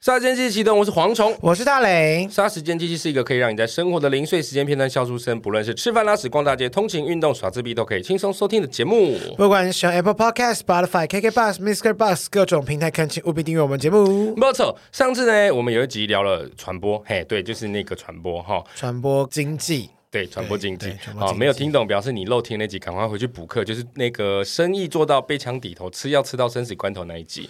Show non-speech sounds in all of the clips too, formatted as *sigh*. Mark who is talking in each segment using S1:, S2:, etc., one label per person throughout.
S1: 杀时间机器启动，我是蝗虫。
S2: 我是大雷，
S1: 杀时间机器是一个可以让你在生活的零碎时间片段笑出声，不论是吃饭、拉屎、逛大街、通勤、运动、耍自闭，都可以轻松收听的节目。
S2: 不管你使用 Apple Podcast、Spotify、KK Bus、Mr. Bus 各种平台，恳请务必订阅我们节目。
S1: 没错，上次呢，我们有一集聊了传播，嘿，对，就是那个传播哈，
S2: 传播经济，
S1: 对，传播经济
S2: 对传播
S1: 好，
S2: 经济
S1: 没有听懂，表示你漏听那集，赶快回去补课。就是那个生意做到被枪抵头，吃药吃到生死关头那一
S2: *laughs*
S1: 集。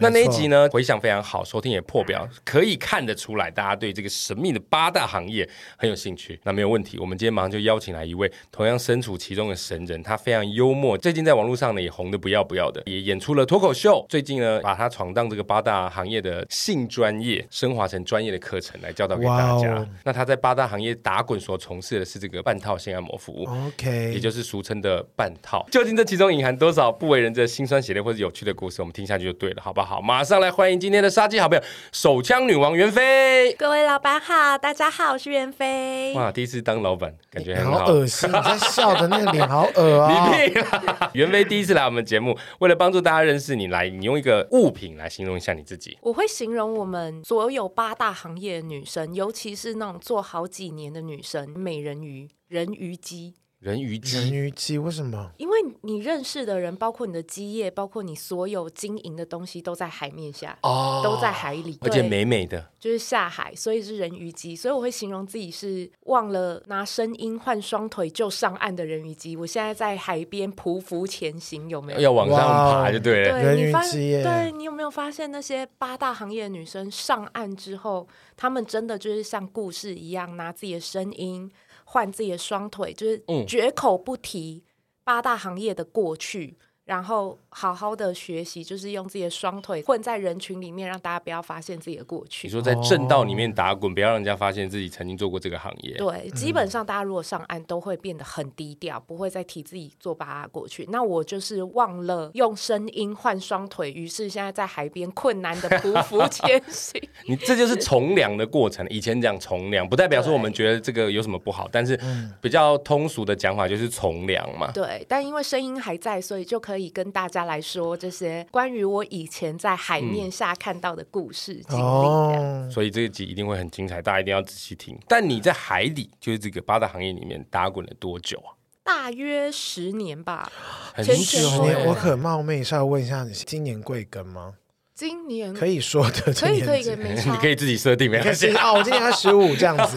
S1: 那那一集呢，回响非常好，收听也破表，可以看得出来，大家对这个神秘的八大行业很有兴趣。那没有问题，我们今天马上就邀请来一位同样身处其中的神人，他非常幽默，最近在网络上呢也红的不要不要的，也演出了脱口秀。最近呢，把他闯荡这个八大行业的性专业升华成专业的课程来教导给大家。
S2: 哇哦
S1: 那他在八大行业打滚所从事的是这个半套性按摩服
S2: 哦
S1: 务。也
S2: OK，
S1: 就是俗称的半
S2: 哎
S1: 套，究竟这其中隐含多少不为人知的辛酸血泪或者有趣的故事，我们听下去就对了，好不好？马上来欢迎今天的杀鸡好朋友手枪女王袁飞。
S3: 各位老板好，大家好，我是袁飞。
S1: 哇，第一次当老板，感觉
S2: 你
S1: 很
S2: 哎好
S1: 好。
S2: 恶心，你在笑的那个脸好恶啊、
S1: *laughs* 你屁啦！袁飞第一次来我们节目，为了帮助大家认识你，来，你用一个物品来形容一下你自己。
S3: 我会形容我们所有八大行业的女生，尤其是那种做好几年的女生，美人鱼、人鱼姬。
S1: 人鱼
S2: 人
S1: 姬，
S2: 鱼姬为什么？
S3: 因为你认识的人，包括你的基业，包括你所有经营的东西，都在海面下，
S1: 哦
S3: 都在海里，
S1: 而且
S3: 对
S1: 美美的，
S3: 就是下海，所以是人鱼姬。所以我会形容自己是忘了拿声音换双腿就上岸的人鱼姬。我现在在海边匍匐前行，有没有？
S1: 要往上
S2: 哇
S1: 爬
S2: 哦
S1: 就对了。
S2: 人
S3: 你
S2: 鱼
S3: 发
S2: 姬耶
S3: 对你有没有发现那些八大行业的女生上岸之后，她们真的就是像故事一样，拿自己的声音换自己的双腿，就是
S1: 嗯
S3: 绝口不提八大行业的过去。然后好好的学习，就是用自己的双腿混在人群里面，让大家不要发现自己的过
S1: 你
S3: 去。
S1: 说在正道里面
S2: 哦
S1: 打滚，不要让人家发现自己曾经做过这个行业。
S3: 对，基
S2: 嗯
S3: 本上大家如果上岸都会变得很低调，不会再提自己做八大过去。那我就是忘了用声音换双腿，于是现在在海边困难的匍
S2: *laughs*
S3: 匐前行。
S1: 你这就是从良的过程。以前讲从良，不代表说我们觉得这个有什么不好，但是比较通俗的讲法就是从良嘛。
S3: 对，但因为声音还在，所以就可以跟大家来说这些关于我以前在海面下看到的故事经历。这样
S2: 嗯哦，
S1: 所以这一集一定会很精彩，大家一定要仔细听。但你在海里，就是这个八大行业里面打滚了多久啊？
S3: 大约十年吧，
S1: 很
S3: 前
S1: 久
S3: 十
S2: 九
S1: 欸 *laughs*
S2: 年，我可冒昧稍微问一下，你是今年贵庚吗？
S3: 今年
S2: 可以说的，
S3: 可以
S2: 这
S3: 可
S2: 年纪
S3: 嗯以可以，没
S1: 你
S3: 差
S1: 可，以自己设定，没
S2: 可
S1: 关
S2: 是
S1: 系。啊
S2: 哦，我今年二十五这样子，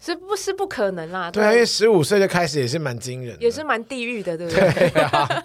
S3: 是不是不可能啦？
S2: 对啊，因为十五岁就开始也是蛮惊人的，
S3: 也是蛮地狱的，对不对？
S2: 啊
S3: *laughs*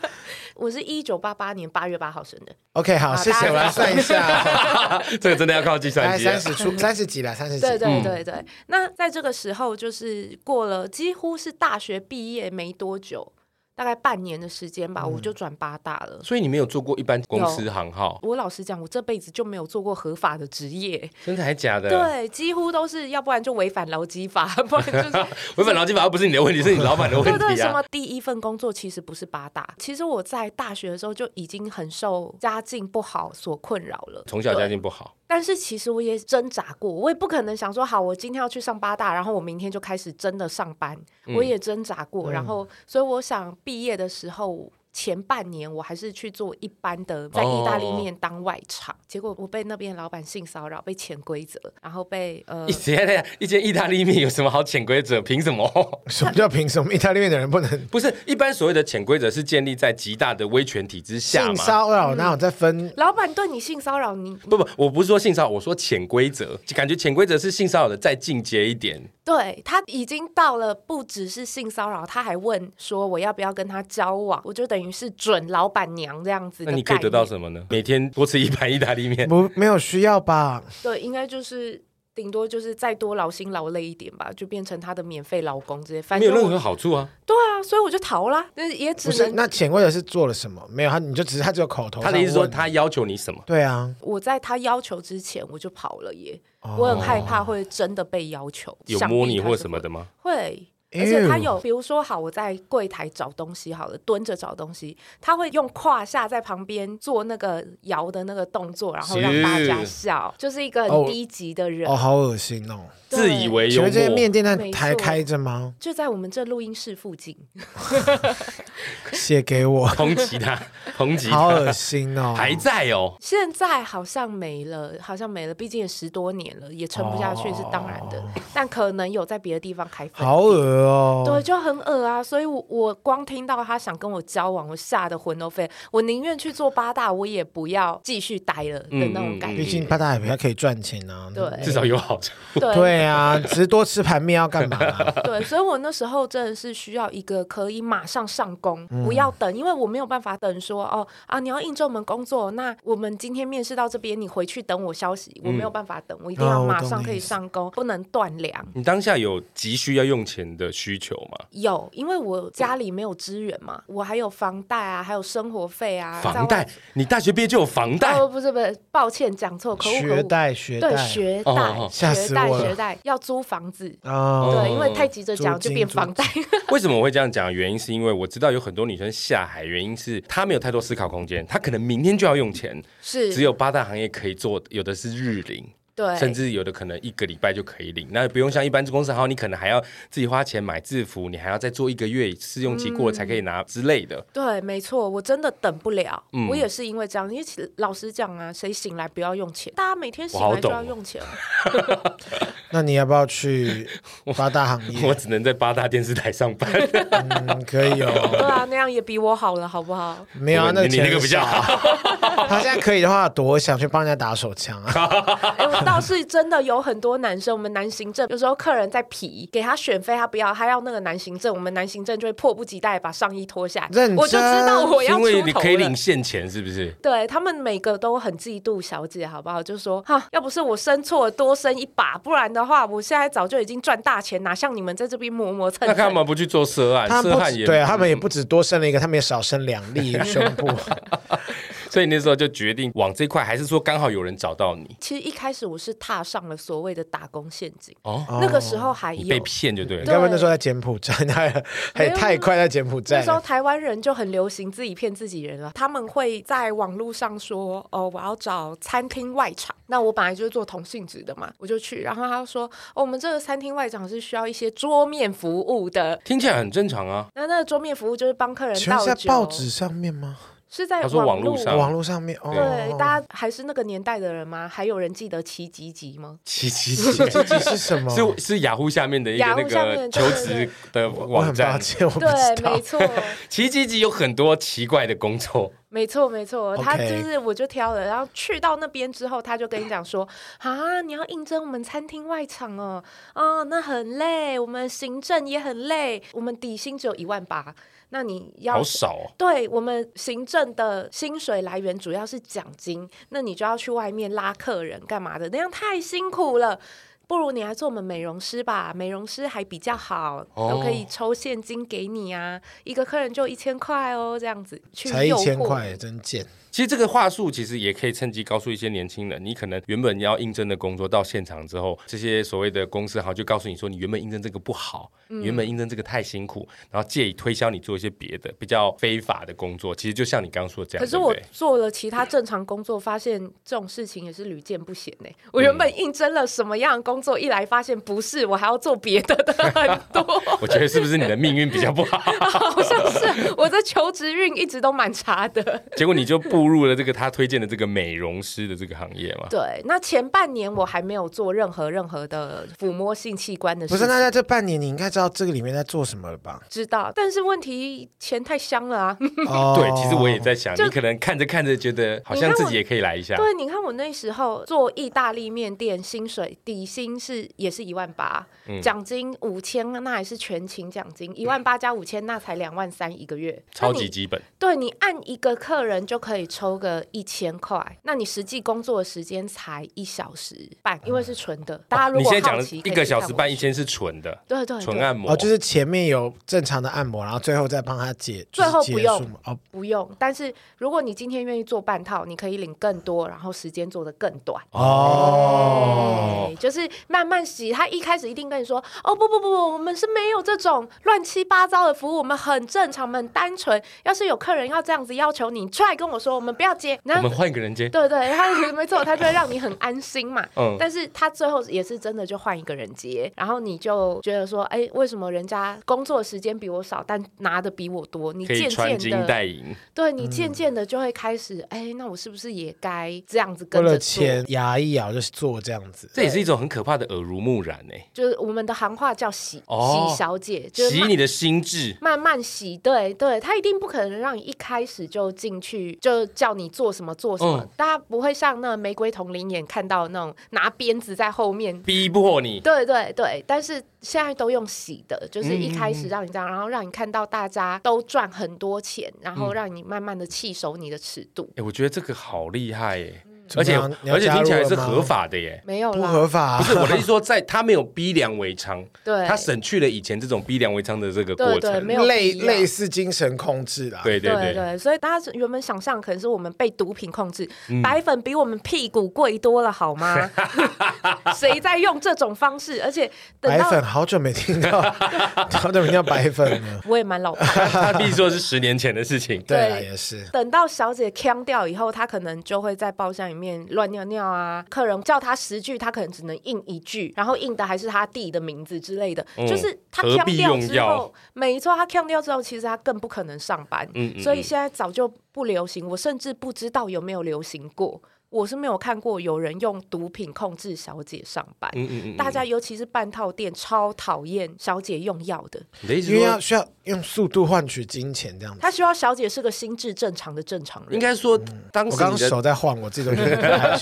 S3: 我是一九八八年八月八号生的，
S2: OK，好，
S3: 啊
S2: 谢谢，
S3: 大家
S2: 我来算一下，
S1: 这个真的要靠计
S2: 大
S1: 算
S2: 概
S1: 机啊
S2: 三
S1: 了。
S2: 十出三十几了，三十几，
S3: 对
S1: 嗯
S3: 对对对。那在这个时候，就是过了几乎是大学毕业没多久，大概半年的时间
S1: 嗯
S3: 吧，我就转八大了。
S1: 所以你没有做过一般公司行号，
S3: 我老实讲，我这辈子就没有做过合法的职业，
S1: 真的还假的？，
S3: 对，几乎都是要不然就违反劳基法， *laughs* 不然就是
S1: *laughs* 违反劳基法又不是你的问题，是你老板的问
S3: 对对，
S1: 题
S3: 什
S1: 啊。
S3: 么第一份工作其实不是八大，其实我在大学的时候就已经很受家境不好所困扰了，
S1: 从小
S3: 对
S1: 家境不好，
S3: 但是其实我也挣扎过，我也不可能想说好，我今天要去上八大，然后我明天就开始真的上班。
S1: 嗯
S3: 我也挣扎过，然后所以我想毕业的时候。前半年我还是去做一般的，在意大利
S1: 哦
S3: 面当外场，结果我被那边老板性骚扰，被潜规则，然后被呃
S1: 一，直在一间意大利面有什么好潜规则？凭什么？
S2: 什么叫凭什么？意大利面的人不能
S1: 不是一般所谓的潜规则是建立在极大的威权体之下
S2: 性
S1: 嘛？
S2: 骚
S3: 嗯
S2: 扰，哪有在分？
S3: 老板对你性骚扰，你
S1: 不不，我不是说性骚扰，我说潜规则，感觉潜规则是性骚扰的再进阶一点。
S3: 对他已经到了不只是性骚扰，他还问说我要不要跟他交往，我就等于是准老板娘这样子的
S1: 那
S3: 概念。
S1: 你可以得到什么呢？每天多吃一盘意大利面，
S2: *laughs* 不，没有需要吧？
S3: 对，应该就是顶多就是再多劳心劳累一点吧，就变成他的免费劳工这些。反
S1: 没有
S3: 正
S1: 任何
S3: 我
S1: 好处啊。
S3: 对啊，所以我就逃啦，但是也只
S2: 不是，
S3: 能
S2: 那潜规则是做了什么？没有，他你就只是他只有口头。
S1: 他的意思说，，他要求你什么？
S2: 对啊，
S3: 我在他要求之前我就
S2: 哦
S3: 跑了耶，我很害怕会真的被要求。
S1: 有
S3: 想必
S1: 摸你
S3: 他
S1: 或
S3: 是
S1: 什么
S3: 会
S1: 的吗？
S3: 会。而且他有，比如说，好，我在柜台找东西，好了，蹲着找东西，他会用胯下在旁边做那个摇的那个动作，然后让大家
S1: 是
S3: 笑，就是一个
S2: 哦
S3: 很低级的人，
S2: 哦，好恶心哦！
S3: 对
S1: 自以为
S2: 请
S1: 幽
S2: 问这些面
S1: 默，
S2: 店
S3: 没
S2: 那
S3: 错
S2: 还开着
S3: *laughs*
S2: 吗？
S3: 就在我们这录音室附近，
S2: 写给我，
S1: 抨击他，
S2: *laughs*
S1: 抨击
S2: 好
S1: 他，
S2: 恶心哦！
S1: 还在哦。
S3: 现在好像没了，好像没了，毕竟也十多年了，也撑不下去是当然的， *laughs* 但可能有在别的地方开分
S2: 好
S3: 店
S2: 恶哦！
S3: 对，就很恶啊！所以我，我光听到他想跟我交往，我吓得魂都飞。我宁愿去做八大，我也不要继续待了的那种感
S1: 嗯
S3: 觉。
S2: 毕竟八大海比较可以赚钱啊。
S3: 对
S1: 至少有好处，
S3: 对
S2: 对啊，只是多吃盘面要
S3: *laughs*
S2: 干嘛啊？ *laughs*
S3: 对，所以我那时候真的是需要一个可以马上上工，
S2: 嗯
S3: 不要等，因为我没有办法等说哦啊，你要应征我们工作，那我们今天面试到这边，你回去等我消息，我没有办法等，我一定
S2: 啊
S3: 要
S2: 我
S3: 马
S2: 懂
S3: 上
S2: 你
S3: 可以
S2: 意思
S3: 上工，不能断粮。
S1: 你当下有急需要用钱的需求吗？
S3: 有，因为我家里没有资源嘛，我还有房贷啊，还有生活费啊，在
S1: 房
S3: 外
S1: 贷，你大学毕业就有房贷，
S3: 哦，不是不是，抱歉讲错，可恶可
S2: 学
S3: 恶。
S2: 贷学
S3: 对，
S2: 贷
S3: 学
S1: 哦
S3: 贷
S1: 哦哦，
S2: 吓
S3: 学
S2: 死
S3: 贷，
S2: 我了
S3: 学贷要租房子。
S2: 啊，
S3: 对，因为太急着讲
S2: 租
S3: 就
S2: 金
S3: 变
S2: 租
S3: 房贷。
S1: 为什么我会这样讲？原因是因为我知道有很多女生下海，原因是她没有太多思考空间，她可能明天就要用钱。只
S3: *laughs* 是，
S1: 有八大行业可以做，有的是日领，
S3: 对，
S1: 甚至有的可能一个礼拜就可以领。那不用像一般公司行，你可能还要自己花钱买制服，你还要再做一个月试用期过了才可以拿之类的。
S3: 对，没错，我真的等不了。
S1: 嗯
S3: 我也是因为这样，因为其实老实讲啊，谁醒来不要用钱？大家每天醒
S1: 我好
S3: 来就
S1: 懂
S3: 要
S1: 哦
S3: 用钱。
S2: 那你要不要去八大行
S3: 嗯
S1: 我
S2: *laughs* 业？
S1: 只能在八大电视台上班，
S2: 嗯，可以
S3: 对
S2: 哦。
S3: 啊，那样也比我好了，好不好？
S2: 没有啊，那
S1: 你那个
S2: 钱
S1: 比较
S2: 少 *laughs* 啊。他现在可以的话，多想去帮人家打手枪
S1: *laughs*
S2: 啊！
S3: 哎，我倒是真的有很多男生，我们男行政有时候客人在皮，给他选妃他不要，他要那个男行政，我们男行政就会迫不及待把上衣脱下来，
S2: 认
S3: 我就知道
S2: 真
S3: 我要
S1: 因
S3: 出头
S1: 为你可以
S3: 了
S1: 领现钱，是不是？
S3: 对他们每个都很嫉妒小姐，好不好？就说哈，要不是我生错了多生一把，不然的话，我现在早就已经赚大钱，哪像你们在这边磨磨蹭
S1: 那
S3: 蹭。
S1: 干嘛不去做涉案？
S2: 他们
S1: 涉
S2: 不
S1: 案
S2: 止
S1: 也
S2: 对他们也不止多生了一个，他们也少生两粒胸 *laughs* 部。
S1: 所以那时候就决定往这块，还是说刚好有人找到你？
S3: 其实一开始我是踏上了所谓的打工陷阱，
S1: 哦，
S3: 那个时候还
S1: 你被
S3: 有。
S1: 骗就对了
S2: 你。该不会那时候在柬埔寨，还还太快在柬埔
S3: 那
S2: 寨
S3: 时候
S2: 了？
S3: 台湾人就很流行自己骗自己人了，他们会在网络上说：“哦，我要找餐厅外场。”那我本来就是做同性质的嘛，我就去，然后他说：“哦，我们这个餐厅外场是需要一些桌面服务的。
S1: 听起来很正常啊，”
S3: 那那个桌面服务就是帮客人
S2: 请问
S3: 倒
S2: 是在
S3: 酒。
S2: 报纸上面吗？
S3: 是在
S1: 他说网
S3: 络
S1: 络上
S2: 网络上面哦。
S3: 对，大家还是那个年代的人吗？还有人记得七级级吗？
S1: 奇奇奇，
S2: 这集是什么？
S1: *laughs* 是是雅虎下面的一个
S3: 雅
S1: 那
S3: 虎下面
S1: 个
S3: 对
S1: 求
S3: 对
S1: 职的
S2: 我
S1: 网
S2: 很抱
S1: 站。
S2: 歉，我不
S3: 对，
S2: 知道
S3: 没。错，
S1: 奇迹集有很多奇怪的工作，
S3: 没错，没错。
S2: OK
S3: 他就是，我就挑了，然后去到那边之后，他就跟你讲说：“啊，你要应征我们餐厅外场哦，哦，那很累，我们行政也很累，我们底薪只有一万八，那你要
S1: 好少哦。
S3: 对我们行政的薪水来源主要是奖金，那你就要去外面拉客人干嘛的，那样太辛苦了。不如你来做我们美容师吧，美容师还比较好，
S1: 哦
S3: 都可以抽现金给你啊，一个客人就一千块哦，这样子去
S2: 才一
S3: 诱
S2: 千
S3: 惑
S2: 块，真贱！
S1: 其实这个话术其实也可以趁机告诉一些年轻人，你可能原本要应征的工作到现场之后，这些所谓的公司好就告诉你说，你原本应征这个不好，
S3: 嗯
S1: 你原本应征这个太辛苦，然后借以推销你做一些别的比较非法的工作。其实就像你刚刚说的这样，
S3: 嗯可是
S1: 对不
S3: 我
S1: 对
S3: 做了其他正常工作，发现这种事情也是屡见不鲜呢、
S1: 嗯
S3: 我原本应征了什么样的工作，一来发现不是，我还要做别的 *laughs* 的很
S1: *laughs*
S3: 多，
S1: 我觉得是不是你的命运比较不
S3: *laughs*
S1: 好？
S3: 好像是我的求职运一直都蛮差
S1: *laughs*
S3: 的。
S1: 结果你就步入了这个他推荐的这个美容师的这个行业嘛？
S3: 对，那前半年我还没有做任何任何的抚摸性器官的事
S2: 不
S3: 情，？
S2: 是，那在这半年你应该知道这个里面在做什么了吧 *laughs*
S3: 知道，但是问题钱太香了啊！
S2: 哦
S1: 对，其实我也在想，
S3: 就
S1: 你可能看着看着觉得好
S3: 你
S1: 像
S3: 看我
S1: 自己也可以来一下，
S3: 对，你看我那时候做意大利面店，薪水底薪是也是一万八，
S1: 嗯
S3: 奖金五千，那还是全勤奖金，一万八加五千，那才两万三一个月，
S1: 超
S3: 那你
S1: 级基本。
S3: 对你按一个客人就可以抽个一千块，那你实际工作的时间才一小时半，因为是纯的。大家
S1: 嗯
S3: 如
S1: 你
S3: 果
S1: 现在讲
S3: 好
S1: 的
S3: 奇，
S1: 一个小时半一
S3: 一，
S1: 千是纯的，
S3: 对对
S1: 纯
S3: 对，
S1: 按摩，
S2: 哦，就是前面有正常的按摩，然后最后再帮他解，
S3: 最后
S2: 就是
S3: 不
S2: 结束
S3: 用
S2: 嘛哦，
S3: 不用，但是如果你今天愿意做半套，你可以领更多，然后时间做得更短。
S1: 哦
S3: 对，就是慢慢洗。他一开始一定跟你说：“哦，不不不不，我们是没有这种乱七八糟的服务，我们很正常，我们很单纯。要是有客人要这样子要求你，出来跟我说，我们不要接。”
S1: 我
S3: 然后
S1: 们换一个人接。
S3: 啊对对，他没错，他就会让你很安心嘛。
S1: *laughs* 嗯
S3: 但是他最后也是真的就换一个人接，然后你就觉得说，哎，为什么人家工作时间比我少，但拿的比我多？你
S1: 可以
S3: 渐
S1: 穿金
S3: 渐的，
S1: 戴嗯银，
S3: 对你渐渐的就会开始，哎，那我是不是也该这样子
S2: 为
S3: 跟
S2: 了
S3: 着做？
S2: 钱牙一咬就是做这样子。
S1: 这也是一种很可怕的耳濡目染哎、
S3: 就是我们的行话叫洗、
S1: 哦
S3: 洗小姐，就是
S1: 洗
S3: 慢
S1: 你的心智。
S3: 慢慢洗，对对，他一定不可能让你一开始就进去就叫你做什么做什么
S1: 嗯，
S3: 大家不会像那玫瑰同林眼看到那种拿鞭子在后面。
S1: 逼迫你，
S3: 对对对，但是现在都用洗的，就是一开
S1: 嗯
S3: 始让你这样，然后让你看到大家都赚很多钱，然
S1: 嗯
S3: 后让你慢慢的弃守你的尺度，
S1: 哎、我觉得这个好厉害耶！
S2: 怎
S1: 而
S2: 么
S1: 且
S2: 样你要
S1: 而且
S2: 加入
S1: 听起来是
S2: 了吗
S1: 合法的耶。
S3: 没有
S2: 不
S3: 啦
S2: 合，法、啊
S1: 不是我的意思说，在他没有逼良为娼，
S3: *laughs* 对，
S1: 他省去了以前这种逼良为娼的这个过
S3: 对
S1: 程
S3: 对，。没有
S2: 类
S3: 必要
S2: 类似精神控制啦。，
S1: 对对
S3: 对所以大家原本想象可能是我们被毒品控制，
S1: 嗯
S3: 白粉比我们屁股贵多了，
S1: *laughs*
S3: 好吗？谁在用这种方式？而且等
S2: 白
S3: 到
S2: 粉好久没听到， *laughs* 好久没听到白粉了。
S3: 我也蛮老派的，
S1: 他必须说是十年前的事情。
S2: 对啊，
S3: 对
S2: 也是。
S3: 等到小姐腔掉以后，她可能就会在包厢里面乱尿尿啊。客人叫她十句，她可能只能应一句，然后应的还是她弟的名字之类的。
S1: 嗯
S3: 就是她
S1: 何
S3: 腔
S1: 必
S3: 掉
S1: 用
S3: 之
S1: 药
S3: 后，没错，她腔掉之后，其实她更不可能上班。
S1: 嗯嗯
S3: 所以现在早就不流行，我甚至不知道有没有流行过。我是没有看过有人用毒品控制小姐上班。
S1: 嗯嗯嗯，
S3: 大家尤其是半套店超讨厌小姐用药的，
S1: 你的意思
S2: 因为要
S1: 说，
S2: 需要用速度换取金钱这样子。
S3: 她希望小姐是个心智正常的正常人
S1: 应。该说当
S2: 嗯我
S1: 时你
S2: 刚刚
S1: 的
S2: 手在晃，我自己都觉得很害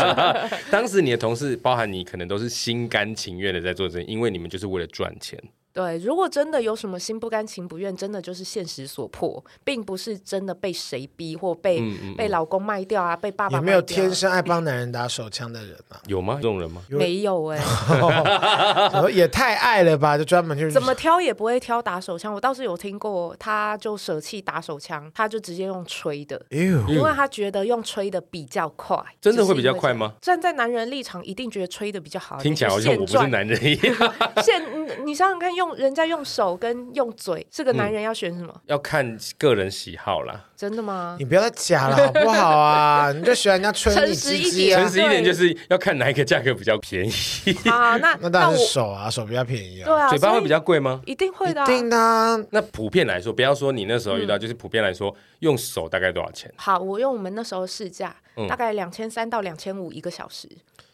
S2: 羞。
S1: 当时你的同事，包含你，可能都是心甘情愿的在做这，因为你们就是为了赚钱。
S3: 对，如果真的有什么心不甘情不愿，真的就是现实所迫，并不是真的被谁逼或
S1: 嗯
S3: 被、被老公卖掉啊， *laughs* 被爸爸
S2: 有
S3: 卖
S2: 没有
S3: 掉啊
S2: 天生爱帮男人打手枪的人
S3: *laughs*
S2: 啊？
S1: 有吗？这种人吗？
S2: 有
S3: 没有哎、
S2: 想说也太爱了吧，就专门去
S3: 怎么挑也不会挑打手枪。我倒是有听过，他就舍弃打手枪，他就直接用吹的，
S2: 哎呦，
S3: 因为他觉得用吹的比较
S1: 嗯
S3: 快。
S1: 真的
S3: 只是
S1: 会比较
S3: 因为这
S1: 快
S3: 样
S1: 吗？
S3: 站在男人立场，一定觉得吹的比较好。
S1: 听起来好像我不是男人一样。
S3: 人。现你你想想看，用人家用手跟用嘴，这
S1: 嗯
S3: 个男人要选什么？
S1: *laughs* 要看个人喜好啦，
S3: 真的吗？
S2: 你不要再假了好不好
S3: *laughs*
S2: 啊？你就喜欢人家吹你
S3: 诚实
S2: 鸡
S3: 一
S2: 鸡
S3: 点
S1: 诚
S2: 啊？
S1: 实一点，
S3: 对
S1: 就是要看哪一个价格比较便宜。
S3: 啊，那
S2: *laughs* 那当然
S3: 我
S2: 是手啊，手比较便宜啊。
S3: 对啊，
S1: 嘴巴会比
S3: 较
S1: 较贵吗？
S3: 一定会
S2: 一
S3: 的啊、
S2: 定的啊，
S1: 那普遍来说，不要说你那时候遇到，
S3: 嗯
S1: 就是普遍来说，用手大概多少钱？
S3: 好，我用我们那时候试驾，
S1: 嗯
S3: 大概两千三到两千五一个小时。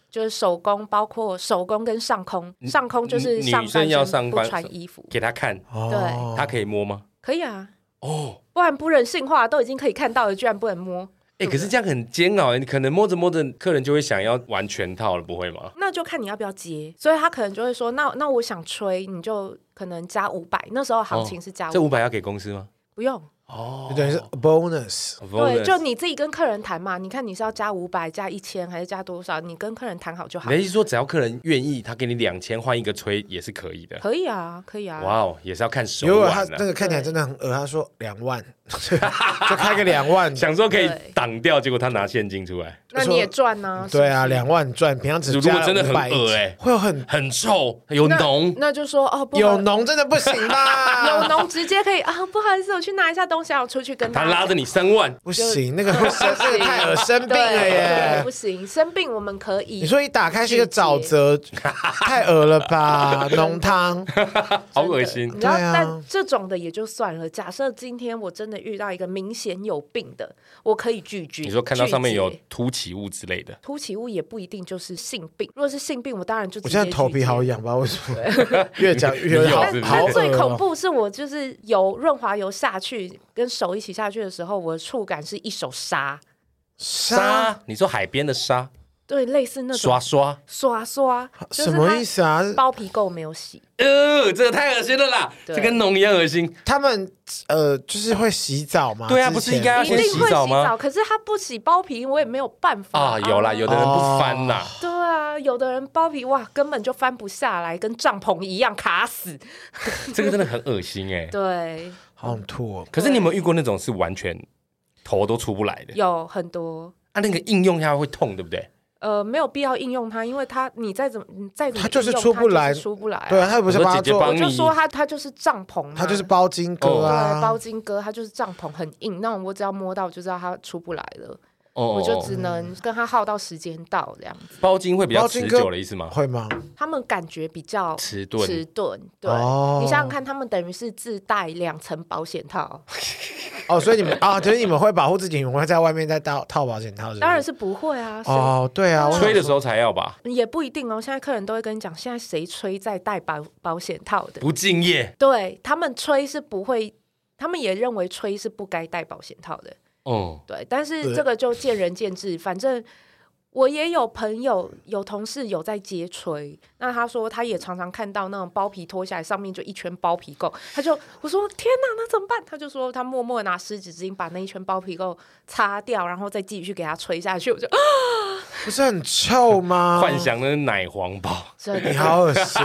S3: 就是手工，包括手工跟上空，上空就是
S1: 女
S3: 上半
S1: 生要上
S3: 不
S1: 班
S3: 穿衣服，
S1: 给他看，
S2: 哦
S1: 他可以摸吗？
S3: 可以啊，
S1: 哦，
S3: 不然不人性化，都已经可以看到了，居然不能摸，
S1: 哎，可是这样很煎熬，你可能摸着摸着，客人就会想要玩全套了，不会吗？
S3: 那就看你要不要接。所以他可能就会说，那那我想吹，你就可能加五百，那时候行情是加
S1: 哦这
S3: 五、
S1: 五百要给公司吗？
S3: 不用，
S1: 哦
S2: 就等于是 bonus。
S3: 对，就你自己跟客人谈嘛，你看你是要加五百、加一千还是加多少，你跟客人谈好就好
S1: 你的。意思说，只要客人愿意，他给你两千换一个吹也是可以的。
S3: 可以啊，可以啊，
S1: 哇哦，也是要看手
S2: 如啊果他
S1: 腕啊
S2: 那
S1: 的。
S2: 个看起来真的很恶，他说两
S1: *laughs*
S2: 万，就开个两万，
S1: 想说可以
S3: 对
S1: 挡掉，结果他拿现金出来，
S3: 那你也赚啊，
S2: 对啊，
S3: 是不是
S2: 两万赚，平常只
S1: 如
S2: 加
S1: 果真的很
S2: 500
S1: 恶欸
S2: 会有很
S1: 很臭，有
S3: 那
S1: 脓，
S3: 那就说哦，不好
S2: 有脓真的不行
S3: *laughs* 有
S2: 啦，
S3: 脓直接可以啊，不好意思，我去拿一下东西，然后出去跟
S1: 他
S3: 家
S1: 拉着你三万，
S2: 不行，那个会生这个太恶生病
S3: 对
S2: 了
S3: 对
S2: 耶
S3: 不。行，生病我们可以。
S2: 你说一打开是一个沼泽，太恶了
S3: *laughs*
S2: 吧？浓汤，
S1: 好恶心
S3: 你。知道，
S2: 对啊
S3: 但这种的也就算了。假设今天我真的遇到一个明显有病的，我可以拒绝。
S1: 你说看到上面有
S3: 拒绝
S1: 凸起物之类的，
S3: 凸起物，也不一定就是性病。如果是性病，我当然就直
S2: 我
S3: 接
S2: 现在头皮好
S3: 拒绝。
S2: 痒，不知道为什么越讲越
S1: 你有
S2: 好
S1: 是不是
S2: 好
S3: 但最
S2: 恶
S3: 恐
S2: 哦。
S3: 怖是我就是油润滑油下去，跟手一起下去的时候，我的触感是一手沙，
S1: 沙，你说海边的沙，
S3: 对，类似那种
S1: 刷刷，
S3: 刷刷，就是
S2: 什么
S3: 它
S2: 意思啊？
S3: 包皮垢没有洗，
S1: 呃，这个太恶心了啦，
S3: 对
S1: 这跟脓一样恶心。
S2: 他们呃，就是会洗澡吗？
S1: 对啊
S2: 之前
S1: 不是应该要
S3: 一
S1: 先
S3: 定会
S1: 洗
S3: 洗
S1: 澡吗
S3: 可是他不洗包皮，我也没有办法
S1: 啊，有啦，有的人不翻啦，
S2: 哦
S3: 对啊，有的人包皮哇，根本就翻不下来，跟帐篷一样卡死。
S1: 这个真的很恶心哎。
S3: 对，
S2: 好想吐哦。
S1: 可是你有没有遇过那种是完全头都出不来的？
S3: 有很多
S1: 啊，那个应用下会痛，对不对？
S3: 呃，没有必要应用它，因为它你再怎么你再怎么
S2: 它就是
S3: 应用
S2: 出不来
S3: 它就是出不来、
S2: 对啊，，他又不是
S1: 我说
S2: 帮他
S1: 姐姐帮
S2: 做，
S3: 我就说它它就是帐篷嘛，
S2: 他就是包金哥
S3: 对
S2: 啊
S3: 包，金哥，它就是帐篷很硬，那种我只要摸到就知道它出不来了，
S1: 哦
S3: 我就只能跟它耗到时间到这样子。
S1: 包金会比较
S2: 包金
S1: 持
S2: 哥
S1: 久的意思吗？
S2: 会吗？
S3: 他们感觉比较
S1: 迟钝
S3: 迟钝，对、
S2: 哦
S3: 你想想看，他们等于是自带两层保险套，
S2: 哦，所以你们啊，就是你们会保护自己，你们会在外面再套套保险套，不
S3: 当然是不会啊，谁
S2: 哦，对啊，我
S1: 吹的时候才要吧，
S3: 也不一定哦。现在客人都会跟你讲，现在谁吹在戴保保险套的？
S1: 不敬业。
S3: 对他们吹是不会，他们也认为吹是不该戴保险套的。
S1: 哦，
S3: 对，但是
S2: 对
S3: 这个就见仁见智。反正我也有朋友、有同事有在接吹，那他说他也常常看到那种包皮脱下来，上面就一圈包皮垢。他就我说天哪，那怎么办？他就说他默默拿湿纸巾把那一圈包皮垢擦掉，然后再继续给他吹下去。我就、 *laughs*
S2: 哎
S3: 啊、
S2: 不是很臭吗？
S1: 哦幻想的奶黄
S3: *laughs*
S1: 包，
S3: 真
S2: 你
S3: 的
S2: 好恶
S3: *laughs*
S2: 心，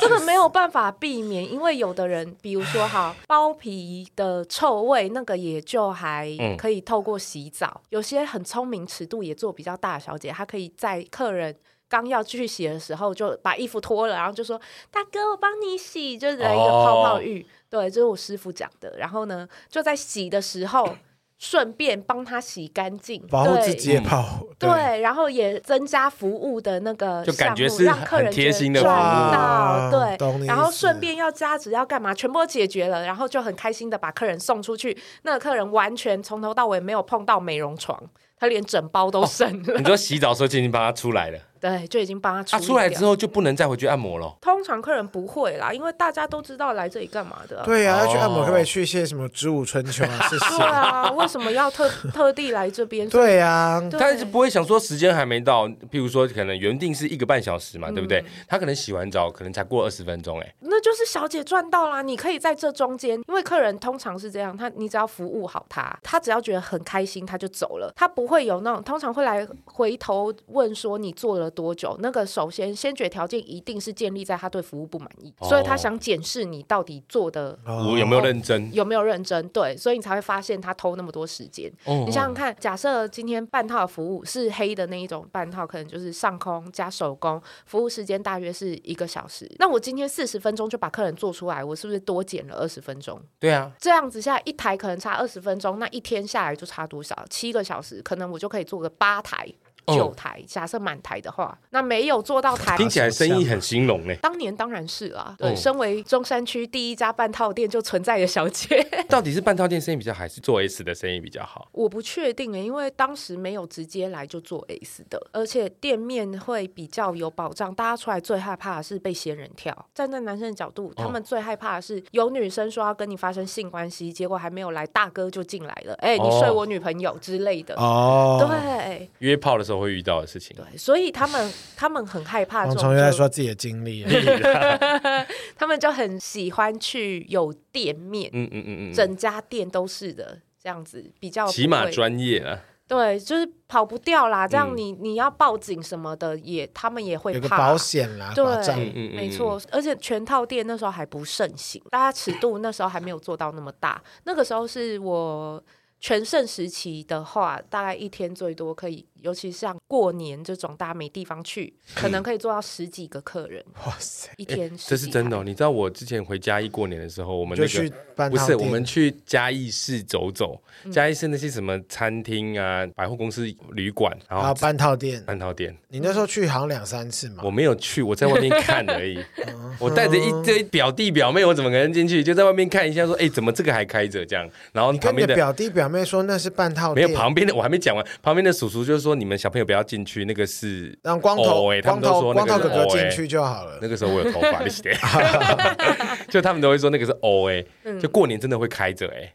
S3: 这个没有办法避免，因为有的人，比如说哈，包皮的臭味，那个也就还
S1: 嗯
S3: 可以透过洗澡。有些很聪明、尺度也做比较大的小姐，她可以在客人。刚要去洗的时候，就把衣服脱了，然后就说：“大哥，我帮你洗。”就是来一个泡泡浴，
S1: 哦
S3: 对，这是我师傅讲的。然后呢，就在洗的时候，顺便帮他洗干净，
S2: 保护
S3: 对
S2: 自己也保护，
S3: 对，然后也增加服务的那个
S1: 就感觉
S3: 项目
S1: 是
S3: 让客人
S1: 很贴心的
S3: 觉得
S1: 服务
S2: 哇
S3: 赚到
S2: 懂你
S3: 对，
S2: 意
S3: 然后
S2: 思
S3: 顺便要加值要干嘛，全部都解决了，然后就很开心的把客人送出去。那个客人完全从头到尾没有碰到美容床，他连整包都省了， *laughs*
S1: 你说洗澡的时候就已经帮他出来了，
S3: 对，就已经帮他处
S1: 啊，
S3: 理
S1: 出来
S3: 掉
S1: 之。后就不能再回去按摩了。
S3: 通常客人不会啦，因为大家都知道来这里干嘛的啊。
S2: 对呀，
S1: 哦
S2: 要去按摩可不可以去一些什么植物春秋
S3: *laughs*
S2: 啊？谢
S3: 对
S2: 谢。
S3: 啊，为什么要特特地来这边？
S2: 对啊呀，
S3: 对啊
S1: 但是不会想说时间还没到，譬如说可能原定是一个半小时
S3: 嗯
S1: 嘛，对不对？他可能洗完澡可能才过二十分钟，哎，
S3: 那就是小姐赚到啦！你可以在这中间，因为客人通常是这样，他你只要服务好他，他只要觉得很开心，他就走了，他不会有那种通常会来回头问说你做了多久。那个首先先决条件一定是建立在他对服务不满意，
S1: 哦
S3: 所以他想检视你到底做的。
S2: 哦
S1: 我有没有认真？
S3: 有没有认真？对，所以你才会发现他偷那么多时间。
S1: 哦
S3: 你想想看，假设今天半套的服务是黑的那一种半套，可能就是上空加手工，服务时间大约是一个小时。那我今天四十分钟就把客人做出来，我是不是多减了二十分钟？
S1: 对啊，
S3: 这样子下来一台可能差二十分钟，那一天下来就差多少？七个小时，可能我就可以做个八台、
S1: 哦
S3: 九台。假设满台的话，那没有做到台。
S1: 听起来生意很兴隆哎。
S3: 当年当然是啦、对，
S1: 哦
S3: 身为中山区第一家半套店就存在的小姐， *laughs*
S1: 到底是半套店生意比较好，还是做 S 的生意比较好？
S3: 我不确定欸诶，因为当时没有直接来就做 S 的，而且店面会比较有保障。大家出来最害怕的是被仙人跳。站在男生的角度，
S1: 哦
S3: 他们最害怕的是有女生说要跟你发生性关系，结果还没有来，大哥就进来了，哎、你
S1: 哦
S3: 睡我女朋友之类的。
S2: 哦，
S3: 对啊
S1: 约炮的时候会遇到的事情。
S3: 对，所以他们他们很害怕这
S2: 王
S3: 种
S2: 重又在
S3: 就
S2: 说自己的经历，
S3: 他们就很喜欢去有店面，
S1: 嗯嗯嗯嗯嗯，
S3: 整家店都是的。这样子比较不
S1: 起码
S3: 会
S1: 专业啊。
S3: 对，就是跑不掉啦。这样
S1: 嗯
S3: 你、你要报警什么的也，他们也会
S2: 有个
S3: 怕。
S2: 保险啦，
S3: 对
S2: 保障。
S1: 嗯嗯嗯
S3: 没错，而且全套店那时候还不盛行，大家尺度那时候还没有做到那么大。那个时候是我全盛时期的话，大概一天最多可以，尤其像过年这种大家没地方去，可能可以做到十几个客人
S2: 哇塞，
S3: 一天、
S1: 嗯哎这是真的、哦，你知道我之前回嘉义过年的时候，我们那
S2: 就
S1: 个
S2: 去半
S1: 不
S2: 套
S1: 是
S2: 店嗯
S1: 我们去嘉义市走走，嘉义市那些什么餐厅啊、百货公司、旅馆，然
S2: 啊
S1: 后
S2: 半套店，
S1: 半套店，
S2: 你那时候去好像两三次嘛
S1: 哦嗯我。没有去，我在外面看而
S2: *laughs*
S1: 已。我带
S2: 嗯
S1: 着一堆表弟表妹，我怎么可能进去？就在外面看一下，说，哎，怎么这个还开着这样？然后
S2: 你
S1: 旁
S2: 跟你
S1: 边
S2: 的
S1: 的。
S2: 表弟表妹说那是半套
S1: 没
S2: 店，
S1: 有旁边的，我还没讲完。旁边的叔叔就说：“你们小朋友不要进去，那个是
S2: 让光头、
S1: 哦欸他
S2: 光
S1: 们都
S2: 头
S1: 说
S2: 光头
S1: 那
S2: 哥
S1: 个
S2: 哥
S1: 是哦
S2: 进
S1: 欸
S2: 去就好了。
S1: 那个时候我有头发，你是的， *laughs* 就他们都会说那个是 O A，、就
S3: 嗯
S1: 过年真的会开着哎、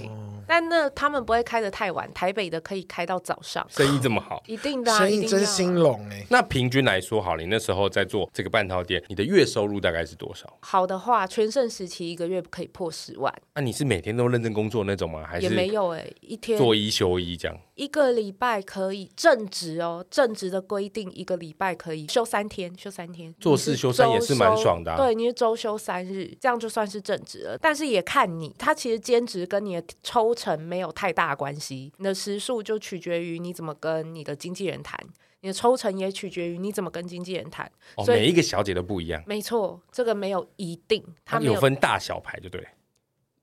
S3: 对。
S2: 哦
S3: 但那他们不会开的太晚，台北的可以开到早上，
S1: 生意这么好。
S3: 一定的、啊，
S2: 生
S3: 一
S2: 意
S3: 定
S2: 真
S3: 要啊
S2: 兴隆哎、
S1: 那平均来说，好了，你那时候在做这个半套店，你的月收入大概是多少？
S3: 好的话，全盛时期一个月可以破十万，
S1: 那、啊你是每天都认真工作那种吗？还
S3: 也没
S1: 是
S3: 有哎、一天
S1: 做一休一这样？
S3: 一个礼拜可以正职哦，正职的规定一个礼拜可以休三天，休三天，
S1: 做事休三
S3: 你
S1: 也
S3: 周
S1: 是蛮爽的啊
S3: 休对，你是周休三日，这样就算是正职了，但是也看你，他其实兼职跟你的抽成没有太大关系。你的时数就取决于你怎么跟你的经纪人谈，你的抽成也取决于你怎么跟经纪人谈。
S1: 哦，
S3: 所以
S1: 每一个小姐都不一样，
S3: 没错，这个没有一定，它
S1: 它
S3: 没有
S1: 啊有分大小牌，就对了。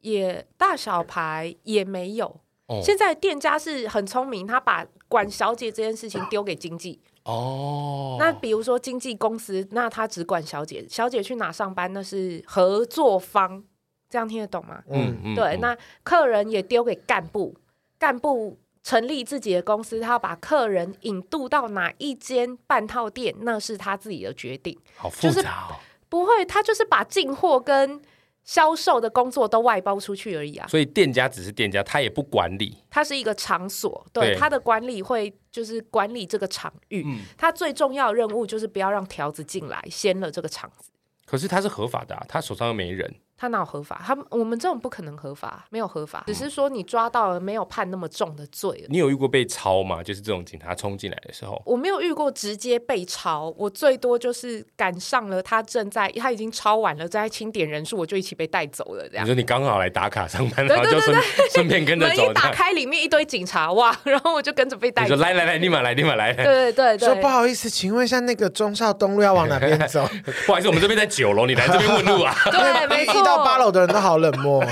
S3: 也大小牌也没有。
S1: 哦
S3: 现在店家是很聪明，他把管小姐这件事情丢给经纪。
S1: 哦，
S3: 那比如说经纪公司，那他只管小姐，小姐去哪上班那是合作方，这样听得懂吗？
S2: 嗯，
S1: 嗯
S3: 对，那客人也丢给干部，干部成立自己的公司，他要把客人引渡到哪一间半套店，那是他自己的决定。
S1: 好复杂哦。
S3: 不会，他就是把进货跟销售的工作都外包出去而已啊。
S1: 所以店家只是店家，他也不管理。
S3: 它是一个场所，对
S1: 对
S3: 它的管理会就是管理这个场域。
S1: 嗯
S3: 它最重要的任务就是不要让条子进来掀了这个场子。
S1: 可是他是合法的、啊，他手上又没人。
S3: 他哪有合法？他们我们这种不可能合法，没有合法，只是说你抓到了没有判那么重的罪而已
S1: 你有遇过被抄吗？就是这种警察冲进来的时候，
S3: 我没有遇过直接被抄，我最多就是赶上了他正在他已经抄完了，正在清点人数，我就一起被带走了这
S1: 你
S3: 样。
S1: 说你刚好来打卡上班，
S3: 对
S1: 然后就顺顺便
S3: *laughs*
S1: 跟着
S3: 门
S1: 走
S3: 一
S1: 这
S3: 打
S1: 样。
S3: 开，里面一堆警察哇，然后我就跟着被带
S1: 你
S3: 走
S1: 说。来来来，立马来，立马来。
S3: 对对对
S2: 说
S3: 对，
S2: 不好意思，请问一下那个忠孝东路要往哪边走？
S1: 不好意思，我们这边在九楼，你来这边问路啊。
S3: *laughs*
S2: *laughs*
S3: 对，没错。
S2: 一到八楼的人都好冷
S3: *laughs*
S2: 漠。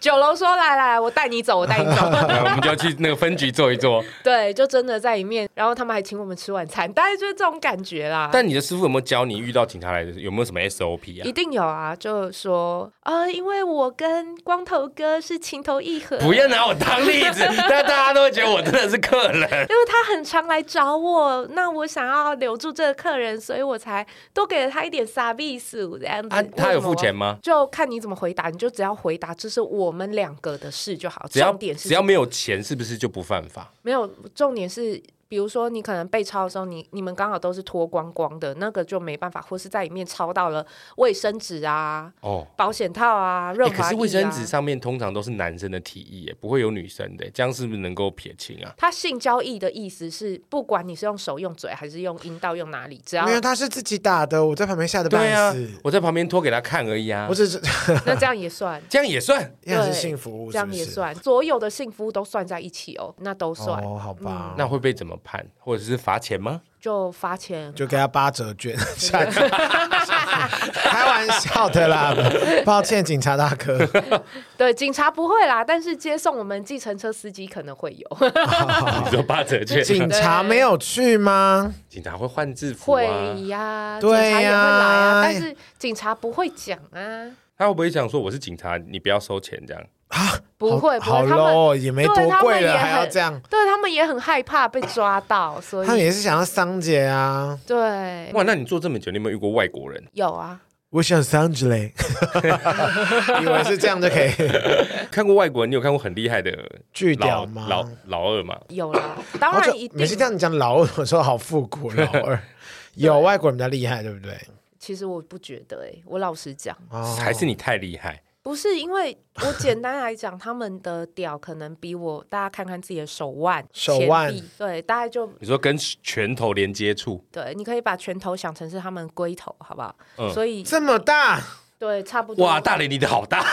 S3: 九楼说：“来来，我带你走，我带你
S1: *laughs*
S3: 走。
S1: 然后我们就要去那个分局坐一坐。”
S3: 对，就真的在里面，然后他们还请我们吃晚餐，大概就是这种感觉啦。
S1: 但你的师傅有没有教你遇到警察来的时候有没有什么 SOP
S3: 一
S1: 啊？
S3: 定有啊，就说啊、因为我跟光头哥是情投意合，
S1: 不要拿我当例
S3: *laughs*
S1: 子，但大家都会觉得我真的是客人。
S3: 因为他很常来找我，那我想要留住这个客人，所以我才多给了他一点 service 这样子。
S1: 啊，他有付
S3: 为什
S1: 钱
S3: 么？
S1: 吗？
S3: 就看你怎么回答，你就只要回答这是我们两个的事就好。
S1: 只要
S3: 重点是
S1: 只要没有钱，是不是就不犯法？
S3: 没有，重点是，比如说你可能被抄的时候，你你们刚好都是脱光光的，那个就没办法，或是在里面抄到了卫生纸啊、
S1: 哦。
S3: 保险套啊、润
S1: 欸
S3: 滑、液
S1: 可
S3: 啊
S1: 是卫生纸上面通常都是男生的体液耶，不会有女生的，这样是不是能够撇清啊？
S3: 它性交易的意思是，不管你是用手、用嘴还是用阴道、用哪里，只要
S2: 没有，他是自己打的，我在旁边吓得
S1: 对
S2: 半
S1: 啊
S2: 死。，
S1: 我在旁边拖给他看而已啊。
S2: 我，只是
S3: 那这样也算
S1: 这样也算。
S2: *laughs* 也很
S3: 对
S2: 是幸福，
S3: 这样也算，所有的幸福都算在一起哦，那都算，嗯
S2: 哦，好吧，
S1: 那会被怎么判，或者是罚钱
S2: *laughs*
S1: 吗？
S3: 就罚钱。
S2: 就给他八折
S3: *laughs*
S2: 券，下去开玩笑的
S3: *laughs*
S2: 啦，抱歉，警察大哥，
S3: 对，警察不会啦，但是接送我们计程车司机可能会有，
S1: 你说八折券，
S2: *laughs* 警察没有去吗？
S1: 警察会换制服
S3: *laughs* 会
S1: 啊？
S3: 呀，警察
S2: 对
S3: 也会来
S2: 呀
S3: 啊，但是警察不会讲啊。
S1: 他会不会想说我是警察，你不要收钱这样？
S3: 不会，不
S2: 好
S3: 会，他们
S2: low，哦也没多贵了，还要这样，
S3: 对他们也很害怕被抓到，所
S2: 他们
S3: 以
S2: 也是想要桑姐啊，
S3: 对
S1: 哇，那你做这么久，你有没有遇过外国人？
S3: 有啊，
S2: 我想桑姐嘞， *laughs* 以为是这样就可
S1: *laughs*
S2: 以
S1: 看过外国人，你有看过很厉害的
S2: 拒
S1: 老
S2: 掉哎吗？
S1: 老老二吗？
S3: 有啦，当
S2: 好久
S3: 然一
S2: 每
S3: 定
S2: 次。听到你讲老二，我说好复古老
S3: *laughs*
S2: 二，有外国人比较厉害，对不对？
S3: 其实我不觉得、欸，我老实讲，
S2: 哦
S1: 还是你太厉害？
S3: 不是因为我简单来讲，他们的屌可能比我，大家看看自己的手腕、
S2: 手
S3: 前臂
S2: 腕，
S3: 对，大概就
S1: 你说跟拳头连接触，
S3: 对，你可以把拳头想成是他们龟头，好不好？
S1: 嗯
S3: 所以
S2: 这么大，
S3: 对，差不多。
S1: 哇，大连你的好
S2: *laughs*
S1: 大，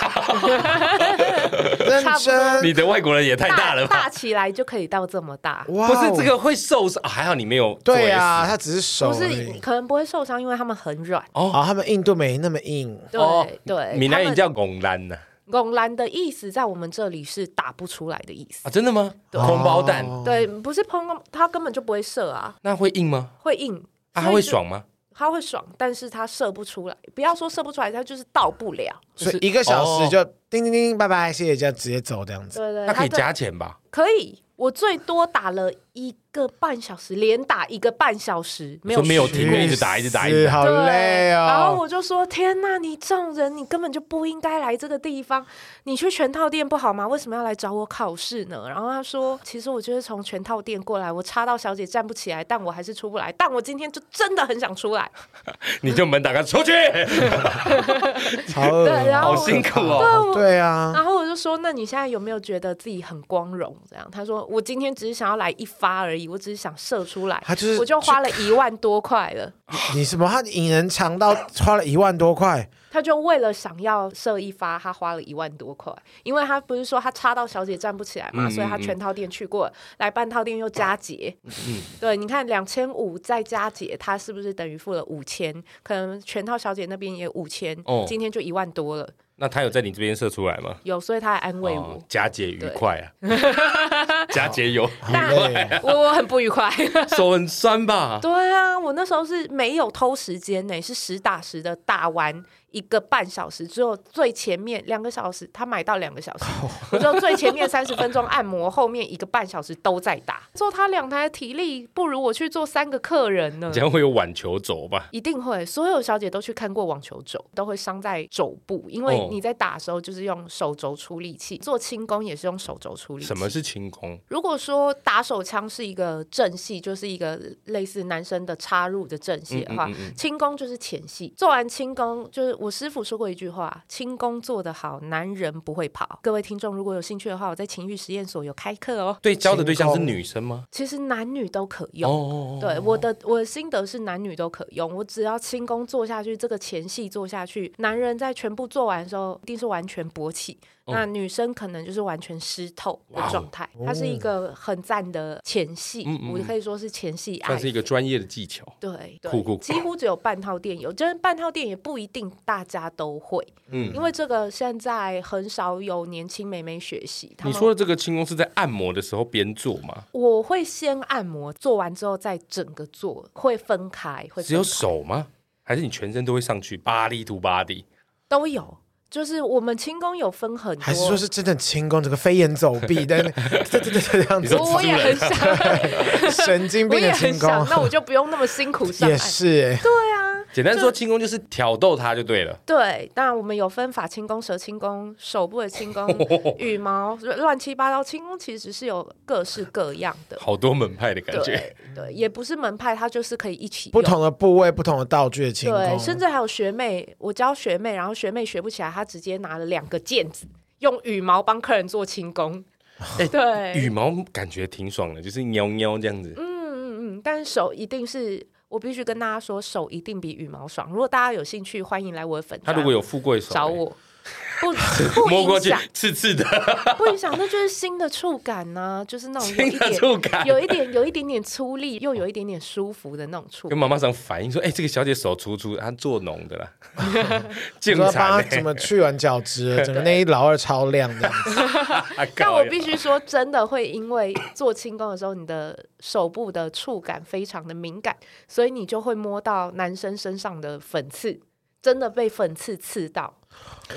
S2: 认
S3: 差不多
S2: 真
S1: 你的外国人也太
S3: 大
S1: 大了吧？
S3: 大起来就可以到这么大。
S2: 哇
S1: 不
S2: 哦
S1: 是这个会受伤，啊还好你没有做 S。
S2: 对啊，他只是手
S3: 不
S2: 而
S3: 是
S2: 已。
S3: 可能不会受伤，因为他们很软。
S2: 哦，他们硬度没那么硬，
S3: 对、
S1: 哦
S3: 对，
S1: 闽南
S3: 他
S1: 语
S3: 们
S1: 叫拱兰
S2: 哦
S1: 呐
S3: 拱兰的意思在我们这里是打不出来的意
S1: 啊，
S3: 思。
S1: 真的吗？空包蛋
S2: 哦
S3: 对，不是碰到它根本就不会射啊，
S1: 那会硬吗？
S3: 会硬。
S1: 啊，
S3: 所
S1: 它
S3: 以
S1: 会
S3: 就，
S1: 爽吗？
S3: 它会爽，但是它射不出来。不要说射不出来，它就是到不了。
S2: 所
S1: 就
S2: 以
S1: 是
S2: 一个小时
S1: 哦
S2: 就叮叮叮，拜拜，谢谢，这样直接走这样子。
S3: 对对，
S1: 那可以
S3: 它这
S1: 加钱吧？
S3: 可以。我最多打了一个半小时，连打一个半小时，没有
S1: 说没有
S3: 休
S1: 停过一直打一直打一直打
S2: 去死好
S3: 对，
S2: 累
S3: 然
S2: 哦。
S3: 后我就说：“天呐，你这种人，你根本就不应该来这个地方。你去全套店不好吗？为什么要来找我考试呢？”然后他说：“其实我就是从全套店过来，我插到小姐站不起来，但我还是出不
S2: *laughs*
S3: 来。但我今天就真的很想出来。
S1: 你就门打开 *laughs* 出去，
S2: 好饿
S3: 对然
S2: 哦，
S3: 后
S1: 好辛苦哦。
S3: 对我
S2: 对啊，
S3: 然后我就说：“那你现在有没有觉得自己很光荣？”这样他说：“我今天只是想要来一发而而已，我只是想射出来，
S2: 他就是
S3: 我就花了一万多块了。
S2: 你什么？他引人肠道花了一万多块，
S3: 他就为了想要射一发，他花了一万多块，因为他不是说他插到小姐站不起来
S1: 嗯
S3: 嘛，
S1: 嗯
S3: 所以他全套店去过，来半套店又加节，对，你看两千五再加节，他是不是等于付了五千？可能全套小姐那边也五千、
S1: 哦
S3: 今天就一万多了，
S1: 那他有在你这边射出来吗？
S3: 有，所以他还安慰我，
S1: 哦佳节愉快啊，
S3: *laughs*
S1: 佳节有
S2: 好累哦。
S3: 我我很不愉快。
S1: *laughs* 手很酸吧？
S3: 对啊，我那时候是没有偷时间呢、是实打实的大玩一个半小时，只有最前面两个小时，他买到两个小时，
S1: 哦
S3: 我只有最前面
S1: *laughs*
S3: 三十分钟按摩，后面一个半小时都在打。做他两台的体力，不如我去做三个客人呢
S1: 这。样会有网球肘吧？
S3: 一定会，所有小姐都去看过网球肘，都会伤在肘部，因为
S1: 哦
S3: 你在打的时候就是用手肘出力气，做轻功也是用手肘出力气。
S1: 什么是轻功？
S3: 如果说打手枪是一个正戏，就是一个类似男生的插入的正戏的
S1: 嗯
S3: 话，轻功就是前戏。做完轻功，就是我师傅说过一句话：轻功做得好，男人不会跑。各位听众如果有兴趣的话，我在情欲实验所有开课哦。
S1: 对，教的对象是
S2: 轻功
S1: 女生吗？
S3: 其实男女都可用。
S1: 哦，
S3: 对我的我的心得是男女都可用，我只要轻功做下去，这个前戏做下去，男人在全部做完的时候，一定是完全勃起，
S1: 哦
S3: 那女生可能就是完全湿透的状态。它是一个很赞的前戏，我可以说是前戏爱
S1: 嗯算。是一个专业的技巧。
S3: 对
S1: 酷酷酷
S3: 对，几乎只有半套店有，就是半套店也不一定大家都会，
S1: 嗯
S3: 因为这个现在很少有年轻妹妹学习。她
S1: 你
S3: 们
S1: 说的这个轻功是在按摩的时候边做吗？
S3: 我会先按摩，做完之后再整个做，会分开，会
S1: 只有
S3: 分开
S1: 手吗？还是你全身都会上去？巴黎涂巴黎，
S3: 都有，就是我们轻功有分很多，
S2: 还是说是真的轻功，这个飞檐走壁，但
S3: *laughs*
S2: 这这这这样子
S1: 说，
S3: 我我也很想， *laughs*
S2: 神经
S3: 我
S2: 病的
S3: 也很
S2: 轻
S3: 想
S2: 功，
S3: 那我就不用那么辛苦上
S2: 也
S3: 岸。
S2: 是欸
S1: 简单说，轻功就是挑逗他就对了。
S3: 对，当然我们有分法轻功、蛇轻功、手部的轻功、 *laughs* 羽毛，乱七八糟轻功其实是有各式各样的。
S1: 好多门派的感觉，
S3: 对对，也不是门派，它就是可以一起
S2: 不
S3: 用
S2: 同的部位、不同的道具的轻
S3: 对，
S2: 功，
S3: 甚至还有学妹，我教学妹，然后学妹学不起来，她直接拿了两个毽子，用羽毛帮客人做轻功。对，
S1: 羽毛感觉挺爽的，就是喵喵这样子。
S3: 嗯，但是手一定是我必须跟大家说，手一定比羽毛爽。如果大家有兴趣，欢迎来我的粉
S1: 他
S3: 专
S1: 如果有富贵手，哎 *laughs*
S3: 找我，不不
S1: 摸过
S3: 影
S1: 去
S3: 响，
S1: 刺刺
S3: *laughs*
S1: 的，
S3: 不影响，那就是新的触感呢、就是那种有
S1: 新
S3: 一
S1: 的
S3: 点
S1: 触感。
S3: 有一点有一点点粗粝，又有一点点舒服的那种触
S1: 跟妈
S3: 感。
S1: 妈上反映说，哎、这个小姐手粗粗，她做农
S3: *laughs*
S1: 的啦，建
S2: 说
S1: 材
S2: 帮他怎么去完角质了，整个内衣老二超亮的。
S3: 但我必须说，真的会因为做轻功的时候，你的手部的触感非常的敏感，所以你就会摸到男生身上的粉刺，真的被粉刺刺到。对。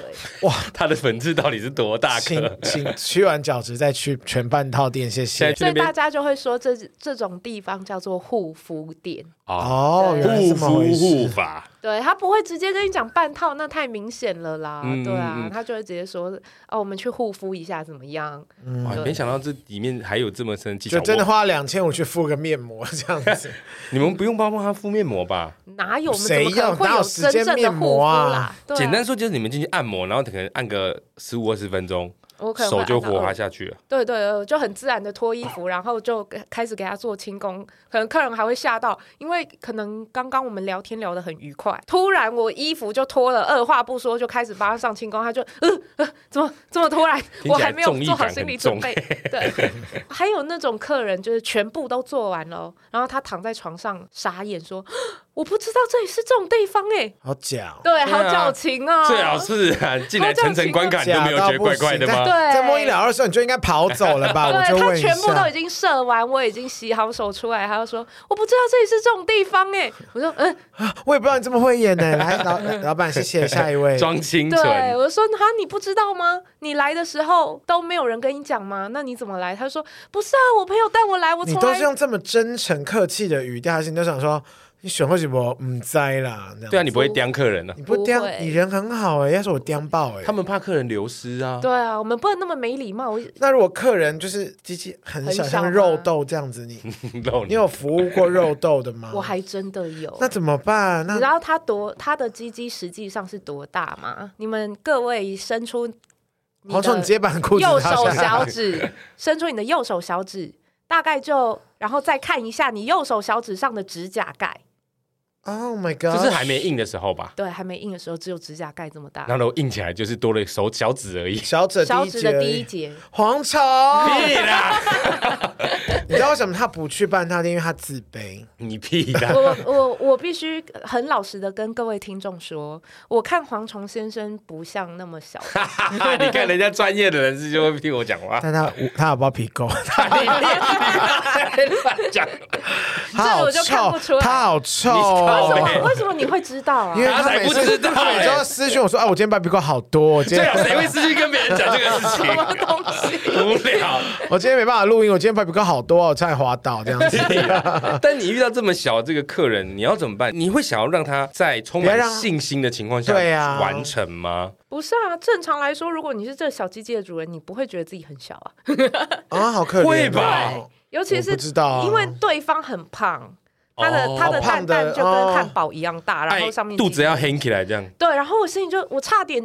S1: 她的粉刺到底是多大颗
S2: 请？
S1: *laughs*
S2: 请去完角质再去全半套店，谢
S1: 现
S2: 谢
S1: 在。去
S3: 所
S1: 那
S3: 以大
S1: 边
S3: 家就会说这这种地方叫做护肤店，
S1: 啊，
S2: 哦，原来是
S1: 护
S2: 这么
S1: 肤
S2: 回
S1: 护
S2: 事。
S1: 法，
S3: 对他不会直接跟你讲半套，那太明显了啦，
S1: 嗯
S3: 对
S1: 嗯
S3: 啊
S1: 嗯，
S3: 他就会直接说哦，我们去护肤一下怎么样？
S1: 哇，没想到这里面还有这么深的技巧。
S2: 嗯就真的
S1: 我，
S2: 花两千五去敷个面膜这样
S1: *laughs*
S2: 子，
S1: 你们不用帮帮她敷面膜吧？
S3: 哪有我们
S2: 谁
S3: 怎么可能会
S2: 要哪有时
S3: 真
S2: 间
S3: 正的
S2: 面
S3: 护
S2: 膜
S3: 肤
S2: 啊
S3: 啦？对啊
S1: 简单，说就是你们进去按摩，然后可能按个十五二十分钟，
S3: 我可能会
S1: 手就
S3: 按到
S1: 活
S3: 二
S1: 化下去了。
S3: 对对对，我就很自然的脱衣
S1: *laughs*
S3: 服，然后就开始给他做轻功，可能客人还会吓到，因为可能刚刚我们聊天聊得很愉快，突然我衣服就脱了，二话不说就开始帮他上轻功，他就呃呃，怎么这么突然？
S1: 听
S3: 我
S1: 起来
S3: 还没有
S1: 综艺
S3: 做好
S1: 感
S3: 心
S1: 很
S3: 理
S1: 重 *laughs*
S3: 准备。对，还有那种客人就是全部都做完了哦，然后他躺在床上傻眼说：“ *gasps* 我不知道这里是这种地方哎。
S2: 好假
S1: *laughs*
S2: 哦”，
S3: 对，好
S1: 对啊
S3: 矫情哦。
S1: 最好是啊，进来层层关卡，你都没有觉得怪怪的
S2: 假到不
S1: 吗？
S2: 行
S3: 对
S2: 在摸一了二的时候你就应该跑走了
S3: *laughs*
S2: 吧？我
S3: 对
S2: 就
S3: 他
S2: 问一
S3: 全部都
S2: 下
S3: 已，经射完，我已经洗好手出来，他就说我不知道这里是这种地方哎、我说嗯，
S2: 我也不知道你这么会演呢。来，老老板，谢谢下一位。
S1: *laughs* 装清
S3: 对，
S1: 纯，
S3: 我说哈你不知道吗？你来的时候都没有人跟你讲吗？那你怎么来？他说不是啊，我朋友带我来，我
S2: 你
S3: 从
S2: 都
S3: 来
S2: 是用这么真诚客气的语调，还是你都想说你选或许我唔栽啦？这样
S1: 对啊，你不会刁客人啊，
S2: 你不刁
S3: 不，会
S2: 你人很好哎、要是我刁爆哎、
S1: 他们怕客人流失啊。
S3: 对啊，我们不能那么没礼貌。我
S2: 那如果客人就是机器很小，
S3: 很小
S2: 像
S3: 吗
S2: 肉豆这样子，你
S1: 露
S2: 你
S1: 脸
S2: 有服务过肉豆的吗？
S3: 我还真的有。
S2: 那怎么办？
S3: 你知
S2: 那
S3: 道他多他的鸡鸡实际上是多大吗？你们各位伸出你
S2: 黄总，
S3: 的
S2: 你直接把你裤子
S3: 右
S2: 拉
S3: 手
S2: 下来。
S3: 小指，伸出你的右手小指大概就然后再看一下你右手小指上的指甲盖，
S2: Oh my god！
S1: 就是还没硬的时候吧。
S3: 对，还没硬的时候只有指甲盖这么大，
S1: 然后硬起来就是多了手脚趾而已。
S2: 小指
S3: 小指的第一
S2: 节
S3: 节。
S2: 黄虫。
S1: *laughs* 屁啦，
S2: 你知道为什么他不去办他的？因为他自卑。
S1: 你屁啦！
S3: 我我我必须很老实的跟各位听众说，我看蝗虫先生不像那么小，
S1: *laughs* 你看人家专业的人士就会听我讲话，
S2: 但他无他有包皮垢，
S1: 你屁啦乱讲。
S2: 他好
S3: 我就看不出
S2: 臭，
S3: 来
S2: 他好臭
S1: 你靠
S3: 为什
S1: 背
S2: 哦。
S3: 么为什么你会知道啊
S2: 因？为
S1: 他才
S2: 每
S1: 不知
S2: 次
S1: 道
S2: 他每周
S1: 欸
S2: 私讯我说，哎，我今天包皮垢好多，我今
S1: 最
S2: 天
S1: 好谁会失去跟别人讲这个事情？
S3: *laughs*
S1: 无聊。
S2: 我今天没办法录音，我今天包皮垢好多，我差点滑倒这样
S1: *laughs*
S2: 子。
S1: 但你遇到这么小的这个客人，你要怎么办？你会想要让他在充
S2: 别
S1: 满
S2: 让
S1: 信心的情况下
S2: 对啊
S1: 完成吗？
S3: 不是啊，正常来说，如果你是这小鸡鸡的主人，你不会觉得自己很小啊，
S2: 啊，好可怜哦。
S1: 会吧
S3: 尤其
S2: 我
S3: 是
S2: 不知道啊
S3: 因为对方很胖，他的
S1: 哦
S3: 他
S2: 好
S3: 的
S2: 胖
S3: 蛋蛋
S2: 的
S3: 就
S2: 哦
S3: 跟汉堡一样大，然后上面
S1: 哎肚子
S3: 挤
S1: 要掀起来这样。
S3: 对，然后我心里就我差点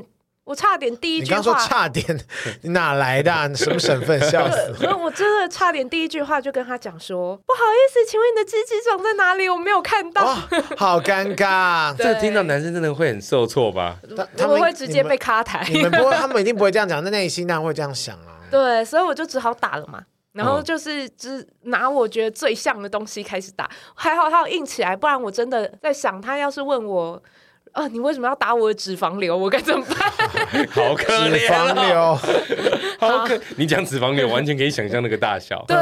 S3: 我差点第一
S2: 你
S3: 句
S2: 刚说
S3: 话。
S2: 差点，你哪来的啊？你什么省份？笑
S3: *laughs*
S2: 死！
S3: 因为我真的差点第一句话就跟他讲说，不好意思，请问你的鸡鸡长在哪里？我没有看到。
S2: 哇，好尴尬。
S1: 这个听到男生真的会很受挫吧？
S2: 他他
S3: 我
S2: 们
S3: 会直接被
S2: 你
S3: 卡台。
S2: 们你们不会，他们一定不会这样讲，那内心当然会这样想啊。
S3: *laughs* 对，所以我就只好打了嘛。然后
S1: 嗯
S3: 就是只拿我觉得最像的东西开始打，还好他有硬起来，不然我真的在想，他要是问我，呃，你为什么要打我的脂肪瘤，我该怎么办？
S1: 好可
S2: 脂
S1: 怜
S2: 肪
S1: 哦，
S2: 瘤，
S1: 好可。你讲脂肪瘤，完全可以想象那个大小。 *laughs*
S3: 对，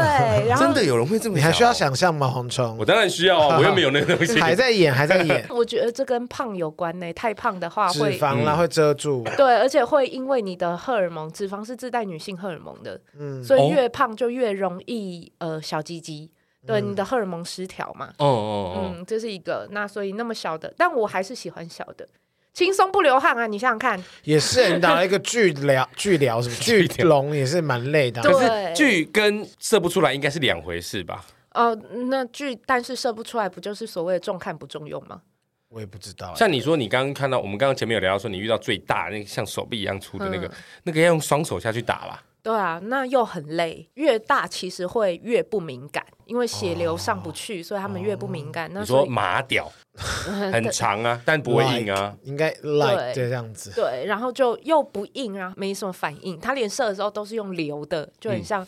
S3: 然后，
S1: 真的有人会这么？
S2: 你还需要？想哦象吗？蝗
S1: 我
S2: 虫
S1: 当然需要 *laughs* 啊，我又没有那个东西。
S2: 还在演，还在演
S3: *laughs* 我觉得这跟胖有关呢、太胖的话
S2: 脂
S3: 会。
S2: 肪啊啦会遮住。
S3: *laughs* 对，而且会因为你的荷尔蒙，脂肪是自带女性荷尔蒙的，
S2: 嗯，
S3: 所
S1: 哦
S3: 以越胖就越容易呃小鸡鸡，对、你的荷尔蒙失调嘛。
S1: 哦哦
S3: 嗯，这是一个。那所以那么小的，但我还是喜欢小的，轻松不流汗啊！你想想看，
S2: 也是你打了一个巨疗， *laughs* 巨疗什么巨龙也是蛮累的啊。
S1: 哦。
S3: 对
S1: 可是剧跟射不出来应该是两回事吧？
S3: 呃，那剧但是射不出来，不就是所谓的重看不重用吗？
S2: 我也不知道欸，
S1: 像你说，你刚刚看到我们刚刚前面有聊到说，你遇到最大那个像手臂一样粗的那个
S3: 嗯，
S1: 那个要用双手下去打吧？
S3: 对啊，那又很累，越大其实会越不敏感，因为血流上不去，所以他们越不敏感。那
S1: 你
S3: 所
S1: 说
S3: 以
S1: 麻屌很长啊，但不会硬啊。
S2: 应该 like 这
S3: 对
S2: 样子。
S3: 对，然后就又不硬啊，没什么反应。他连射的时候都是用流的，就很像、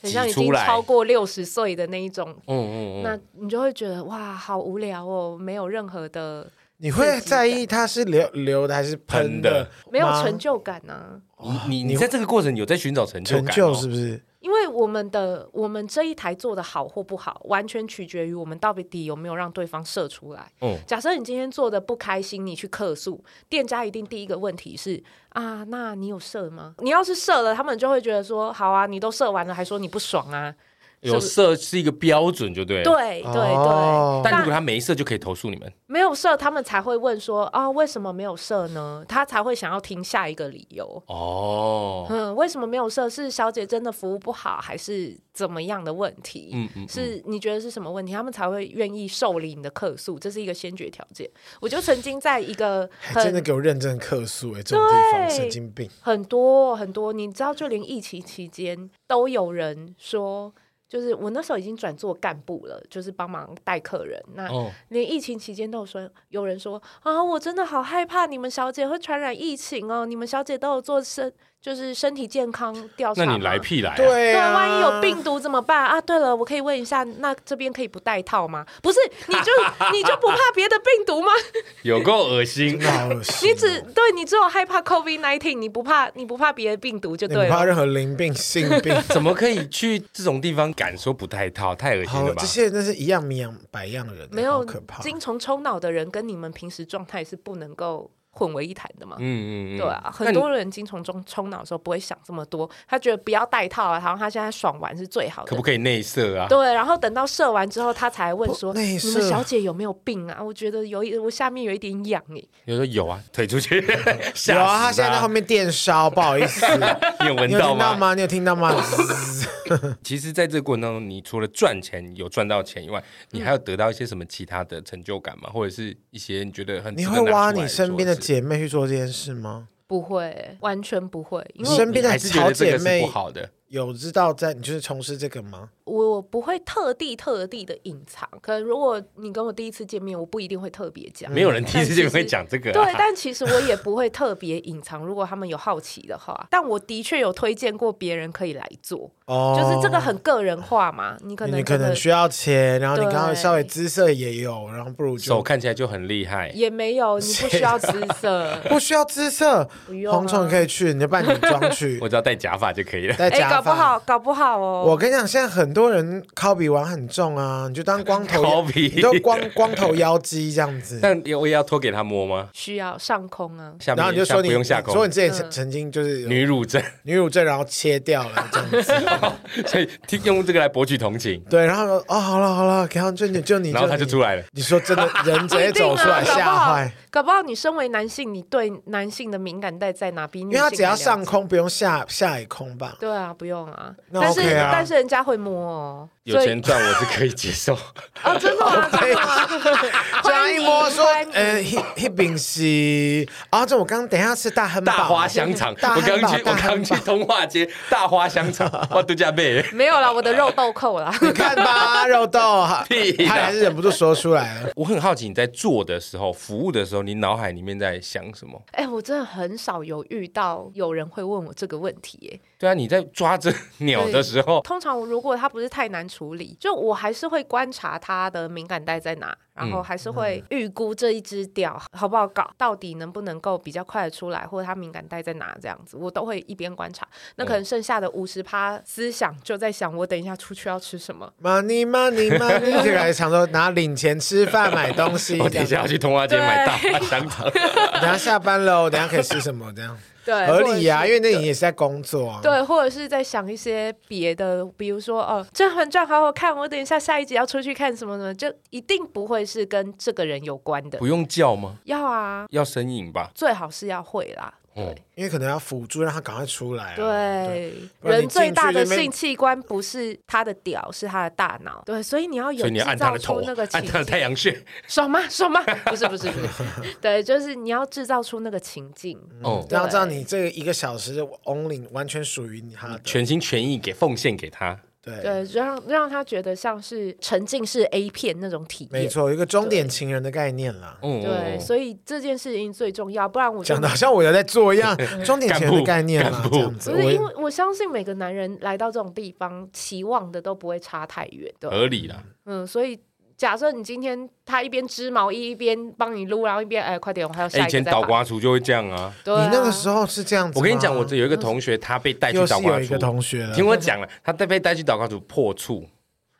S3: 很像已
S1: 挤
S3: 经
S1: 出来
S3: 超过六十岁的那一种。
S1: 嗯嗯嗯，
S3: 那你就会觉得哇，好无聊哦，没有任何的
S2: 你会在意它是流流的还是喷
S1: 喷
S2: 的
S1: 的？
S3: 没有
S2: 吗
S3: 成就感啊呐、
S1: 你你你在这个过程有在寻找成就
S2: 成
S1: 感、哦，
S2: 就，是不是？
S3: 因为我们的我们这一台做的好或不好，完全取决于我们到底有没有让对方射出来。
S1: 嗯
S3: 假设你今天做的不开心，你去客诉，店家一定第一个问题是啊，那你有射吗？你要是射了，他们就会觉得说，好啊，你都射完了，还说你不爽啊？
S1: 有色是一个标准，就对了。
S3: 对对对，
S2: 哦
S1: 但如果他没色，就可以投诉你们。
S3: 没有射，他们才会问说啊，为什么没有射呢？他才会想要听下一个理由。
S1: 哦，
S3: 嗯，为什么没有设？是小姐真的服务不好，还是怎么样的问题？
S1: 嗯嗯嗯
S3: 是你觉得是什么问题？他们才会愿意受理你的客诉，这是一个先决条件。我就曾经在一个
S2: 还 *laughs* 真的
S3: 很
S2: 给我认真客诉哎，这种地方
S3: 对
S2: 神经病。
S3: 很多很多，你知道，就连疫情期间都有人说，就是我那时候已经转做干部了，就是帮忙带客人。那
S1: 哦，
S3: 连疫情期间都有说，有人说啊，我真的好害怕你们小姐会传染疫情哦，你们小姐都有做身就是身体健康调查
S1: 那
S3: 吗，
S1: 你来屁来、啊？
S2: 对
S3: 对，
S2: 啊，
S3: 万一有病毒怎么办啊？对了，我可以问一下，那这边可以不戴套吗？不是，你就你就不怕别的病毒吗？
S1: 有够恶心
S2: 真。的好恶心哦。
S3: 你
S1: *laughs*
S3: 只对你只有害怕 COVID nineteen，你不怕你不怕别的病毒就
S2: 你
S3: 对
S2: 不怕
S3: 了。
S2: 任何淋病、性
S3: *laughs*
S2: 病，
S1: 怎么可以去这种地方敢说不带套？太恶心
S2: 好
S1: 了，吧
S2: 这！些人真是一样米养百样人，
S3: 没
S2: 好
S3: 有
S2: 可怕。
S3: 精虫充脑的人跟你们平时状态是不能够混为一谈的嘛。
S1: 嗯嗯嗯，
S3: 对啊，
S1: 那
S3: 很
S1: 你
S3: 多人精虫中冲脑的时候不会想这么多，他觉得不要戴套啊，然后他现在爽完是最好的。
S1: 可不可以内射啊？
S3: 对，然后等到射完之后，他才问
S2: 不
S3: 说：“
S2: 内
S3: 你
S2: 射
S3: 们小姐有没有病啊？我觉得有一，我下面有一点痒欸耶。
S1: 有说有啊，腿出
S2: *laughs*
S1: 去，吓死
S2: 有啊，他现在在后
S1: 面，
S2: 面电烧，不好意 *laughs* 思，
S1: 你有闻
S2: 你有
S1: 到
S2: 听到
S1: 吗？
S2: 吗？你有听到吗？ *laughs* 滋
S1: 其实，在这个过程当中，你除了赚钱有赚到钱以外，你还有得到一些什么其他的成就感吗？或者是一些你觉得很值
S2: 你
S1: 得
S2: 会挖
S1: 拿出来
S2: 你身边的
S1: 做事
S2: 姐妹去做这件事吗？
S3: 不会，完全不会，因
S2: 你身
S3: 为
S2: 边的
S1: 你还是觉得这个
S2: 好
S1: 是
S2: 姐妹
S1: 不好的？
S2: 有知道在你就是从事这个吗？
S3: 我不会特地特地的隐藏。可能如果你跟我第一次见面，我不一定会特别讲。
S1: 没有人第一次见面
S3: 但
S1: 会
S3: 其实
S1: 讲这个、
S2: 嗯
S3: 对，
S1: 啊。
S3: 但其实我也不会特别隐藏，如果他们有好奇的话。但我的确有推荐过别人可以来做，
S2: 哦
S3: 就是这个很个人化嘛。你可能
S2: 你可
S3: 真
S2: 能
S3: 的
S2: 需要钱，然后你
S3: 对
S2: 刚刚稍微姿色也有，然后不 *laughs* 如
S1: 手
S2: 就
S1: 看起来就很厉害，
S3: 也没有，你不需要姿色。
S2: 不需要姿色
S3: 不。用
S2: *laughs*
S3: 啊
S2: 蝗啊虫可以去，你就扮女装去
S1: 我，只要戴假发就可以了。
S2: 戴
S3: *laughs* 哎、
S2: 假
S3: 搞不
S2: 发。
S3: 好，搞不好哦。
S2: 我跟你讲，现在很多人靠比玩很重啊，你就当
S1: *laughs*
S2: 光头，
S1: Kobe
S2: 你就光光头妖姬这样子。
S1: 但我也要脱给他摸吗？
S3: 需要上空啊，
S1: 下面
S2: 然后你就说你
S1: 不用下
S2: 说
S1: 口
S2: 你，之前曾
S3: 嗯
S2: 曾经就是有
S1: 女乳症，
S2: 女乳症，然后切掉了这样子。
S1: 所以听用这个来博取同情，
S2: 对，然后说哦，好了好了，给他就你就你，
S1: 然后他就
S2: 你
S1: 出。来了。
S2: 你说真的，人直
S3: *laughs* 不一
S2: 接
S3: 定
S2: 走
S3: 啊
S2: 出来
S3: 搞不
S2: 吓
S3: 好
S2: 坏，
S3: 搞不好你身为男性，你对男性的敏感带在哪比
S2: 因
S3: 女
S2: 为
S3: 性
S2: 他只要
S3: 还了
S2: 上
S3: 解，
S2: 空，不用下下也空吧？
S3: 对啊，不用啊。
S2: 那
S3: 但是、
S2: OK 啊
S3: 但是人家会摸哦，
S1: 有
S3: 所以
S1: 钱赚我是可以接受，
S3: 啊，真的吗？
S2: *laughs*
S3: 真的吗
S2: 这样
S3: 欢
S2: 一
S3: 迎
S2: 摸说
S3: 欢，迎
S2: 呃，一一饼是啊，这我刚等一下吃大汉堡，
S1: 大花香肠。
S2: 大
S1: 我刚
S2: 汉
S1: 去，
S2: 堡大
S1: 我
S2: 汉
S1: 刚去
S2: 堡
S1: 通化街大花香肠，哇，度假妹，
S3: 没有啦，我的肉豆蔻啦。
S2: *laughs* 你看吧，肉豆，
S1: *laughs* 屁啦
S2: 他还是忍不住说出来了。
S1: 我很好奇你在做的时候、服务的时候，你脑海里面在想什么？
S3: 哎、我真的很少有遇到有人会问我这个问题耶。
S1: 对啊，你在抓着鸟的时候，
S3: 通常如果它不是太难处理，就我还是会观察它的敏感带在哪，然
S2: 嗯
S3: 后还是会预估这一只屌好不好搞，到底能不能够比较快的出来，或者它敏感带在哪这样子，我都会一边观察。那
S2: 嗯
S3: 可能剩下的五十趴思想就在想，我等一下出去要吃什么。
S2: money money money，就 *laughs* 开始想说拿领钱吃饭买东西，
S1: *laughs* 我等一下要去通化街买大花香肠。
S2: 等一下下班了，我等一下可以吃什么？这样
S3: *laughs* 对，
S2: 合理啊呀、
S3: 或者是
S2: 因为那你也是在工作啊。
S3: 对，或者是在想一些别的，比如说哦，《甄嬛传》好好看，我等一下下一集要出去看什么什么，就一定不会是跟这个人有关的
S1: 不。用叫吗？
S3: 要啊，
S1: 要身影吧。
S3: 最好是要会啦。
S1: 哦
S3: 对、
S2: 因为可能要辅助让他赶快出来、啊。
S3: 对，
S2: 不然你
S3: 人最大
S2: 进
S3: 的
S2: 去那边
S3: 性器官不是他的屌，是他的大脑。对，所以你要有
S1: 所以你
S3: 制
S1: 要按他
S3: 造
S1: 的
S3: 出
S1: 头
S3: 那个，情
S1: 按他的太
S3: 境，
S1: 阳穴。
S3: 爽吗？爽吗？ *laughs* 不是不是不是，对，就是你要制造出那个情境。
S2: 嗯
S1: 哦，
S2: 然后这样你这一个小时 only 完全属于他的。
S1: 全心全意给奉献给他。
S2: 对，
S3: 对，让让他觉得像是沉浸式 A 片那种体
S2: 没
S3: 验。
S2: 错，有一个终点情人的概念啦。
S1: 嗯，
S3: 对，所以这件事情最重要，不然我就
S2: 哦讲的好像我有在做
S1: *laughs*
S2: 一样，终点情人的概念
S1: 干
S2: 啦
S1: 部，
S2: 这样子。
S3: 不是因
S2: 我
S3: 为我相信每个男人来到这种地方，期望的都不会差太远
S2: 呃
S3: 的。
S1: 合理啦。
S3: 嗯，所以假设你今天他一边织毛衣一边帮你撸，然后一边哎快点，我还有
S1: 哎，
S3: 下
S1: 以
S3: 一个
S1: 前
S3: 再
S1: 倒
S3: 绑。
S1: 瓜厨就会这样啊。
S3: 对啊、
S2: 你那个时候是这样子吗。
S1: 我跟你讲，我这有一个同学，他被带去
S2: 又
S1: 倒
S2: 是
S1: 瓜
S2: 有一个
S1: 厨。
S2: 同学了，
S1: 听我讲了，他被被带去倒瓜厨破处。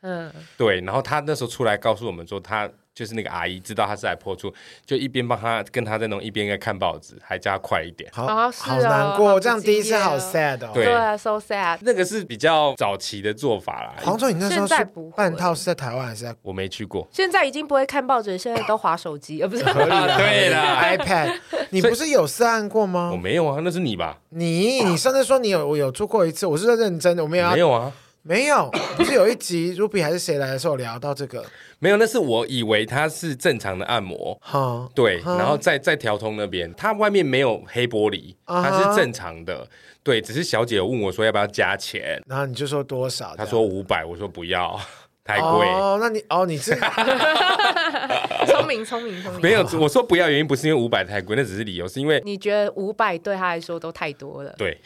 S3: 嗯，
S1: 对，然后他那时候出来告诉我们说，他就是那个阿姨知道他是来破处，就一边帮他跟他在弄，一边在看报纸，还叫他快一点。
S2: 好
S3: 啊是
S2: 好
S3: 哦
S2: 难
S3: 好
S2: 过，
S3: 不
S2: 这样第一次
S3: 敬业
S2: 好
S3: 哦
S2: sad 哦。
S1: 对
S3: 对啊，so sad。
S1: 那个是比较早期的做法
S2: 黄
S1: 啦，
S2: 总，你那时候
S3: 现
S2: 是
S3: 在不会
S2: 半套是在台湾还是在
S1: 我没去过。
S3: 现在已经不会看报纸，现在都划手
S2: *laughs*
S3: 机，呃，不是，
S2: 合理啦
S1: 啊 *laughs* 对啦
S2: iPad，
S1: *laughs*
S2: 你不是有涉案过
S1: 我
S2: 吗？
S1: 没有啊，那是你吧？
S2: 你你上次说你有我有做过一次，我是在认真的，我没有要
S1: 没有啊，
S2: 没有，不是有一集 Ruby 还是谁来的时候聊到这个，
S1: 没有，那是我以为他是正常的按摩。
S2: 哈，
S1: 对，
S2: 啊
S1: 然后在在调通那边，它外面没有黑玻璃，
S2: 啊
S1: 它
S2: 哈
S1: 是正常的。对，只是小姐有问我说要不要加钱，
S2: 然后你就说多少？
S1: 她说五百，我说不要，太
S2: 这样
S1: 贵。
S2: 哦，那你哦
S1: *laughs*
S2: 你是
S3: 聪明，聪明，聪明。
S1: 没有，我说不要原因不是因为五百太贵，那只是理由，是因为，
S3: 你觉得五百对他来说都太多了 *laughs*
S1: 对，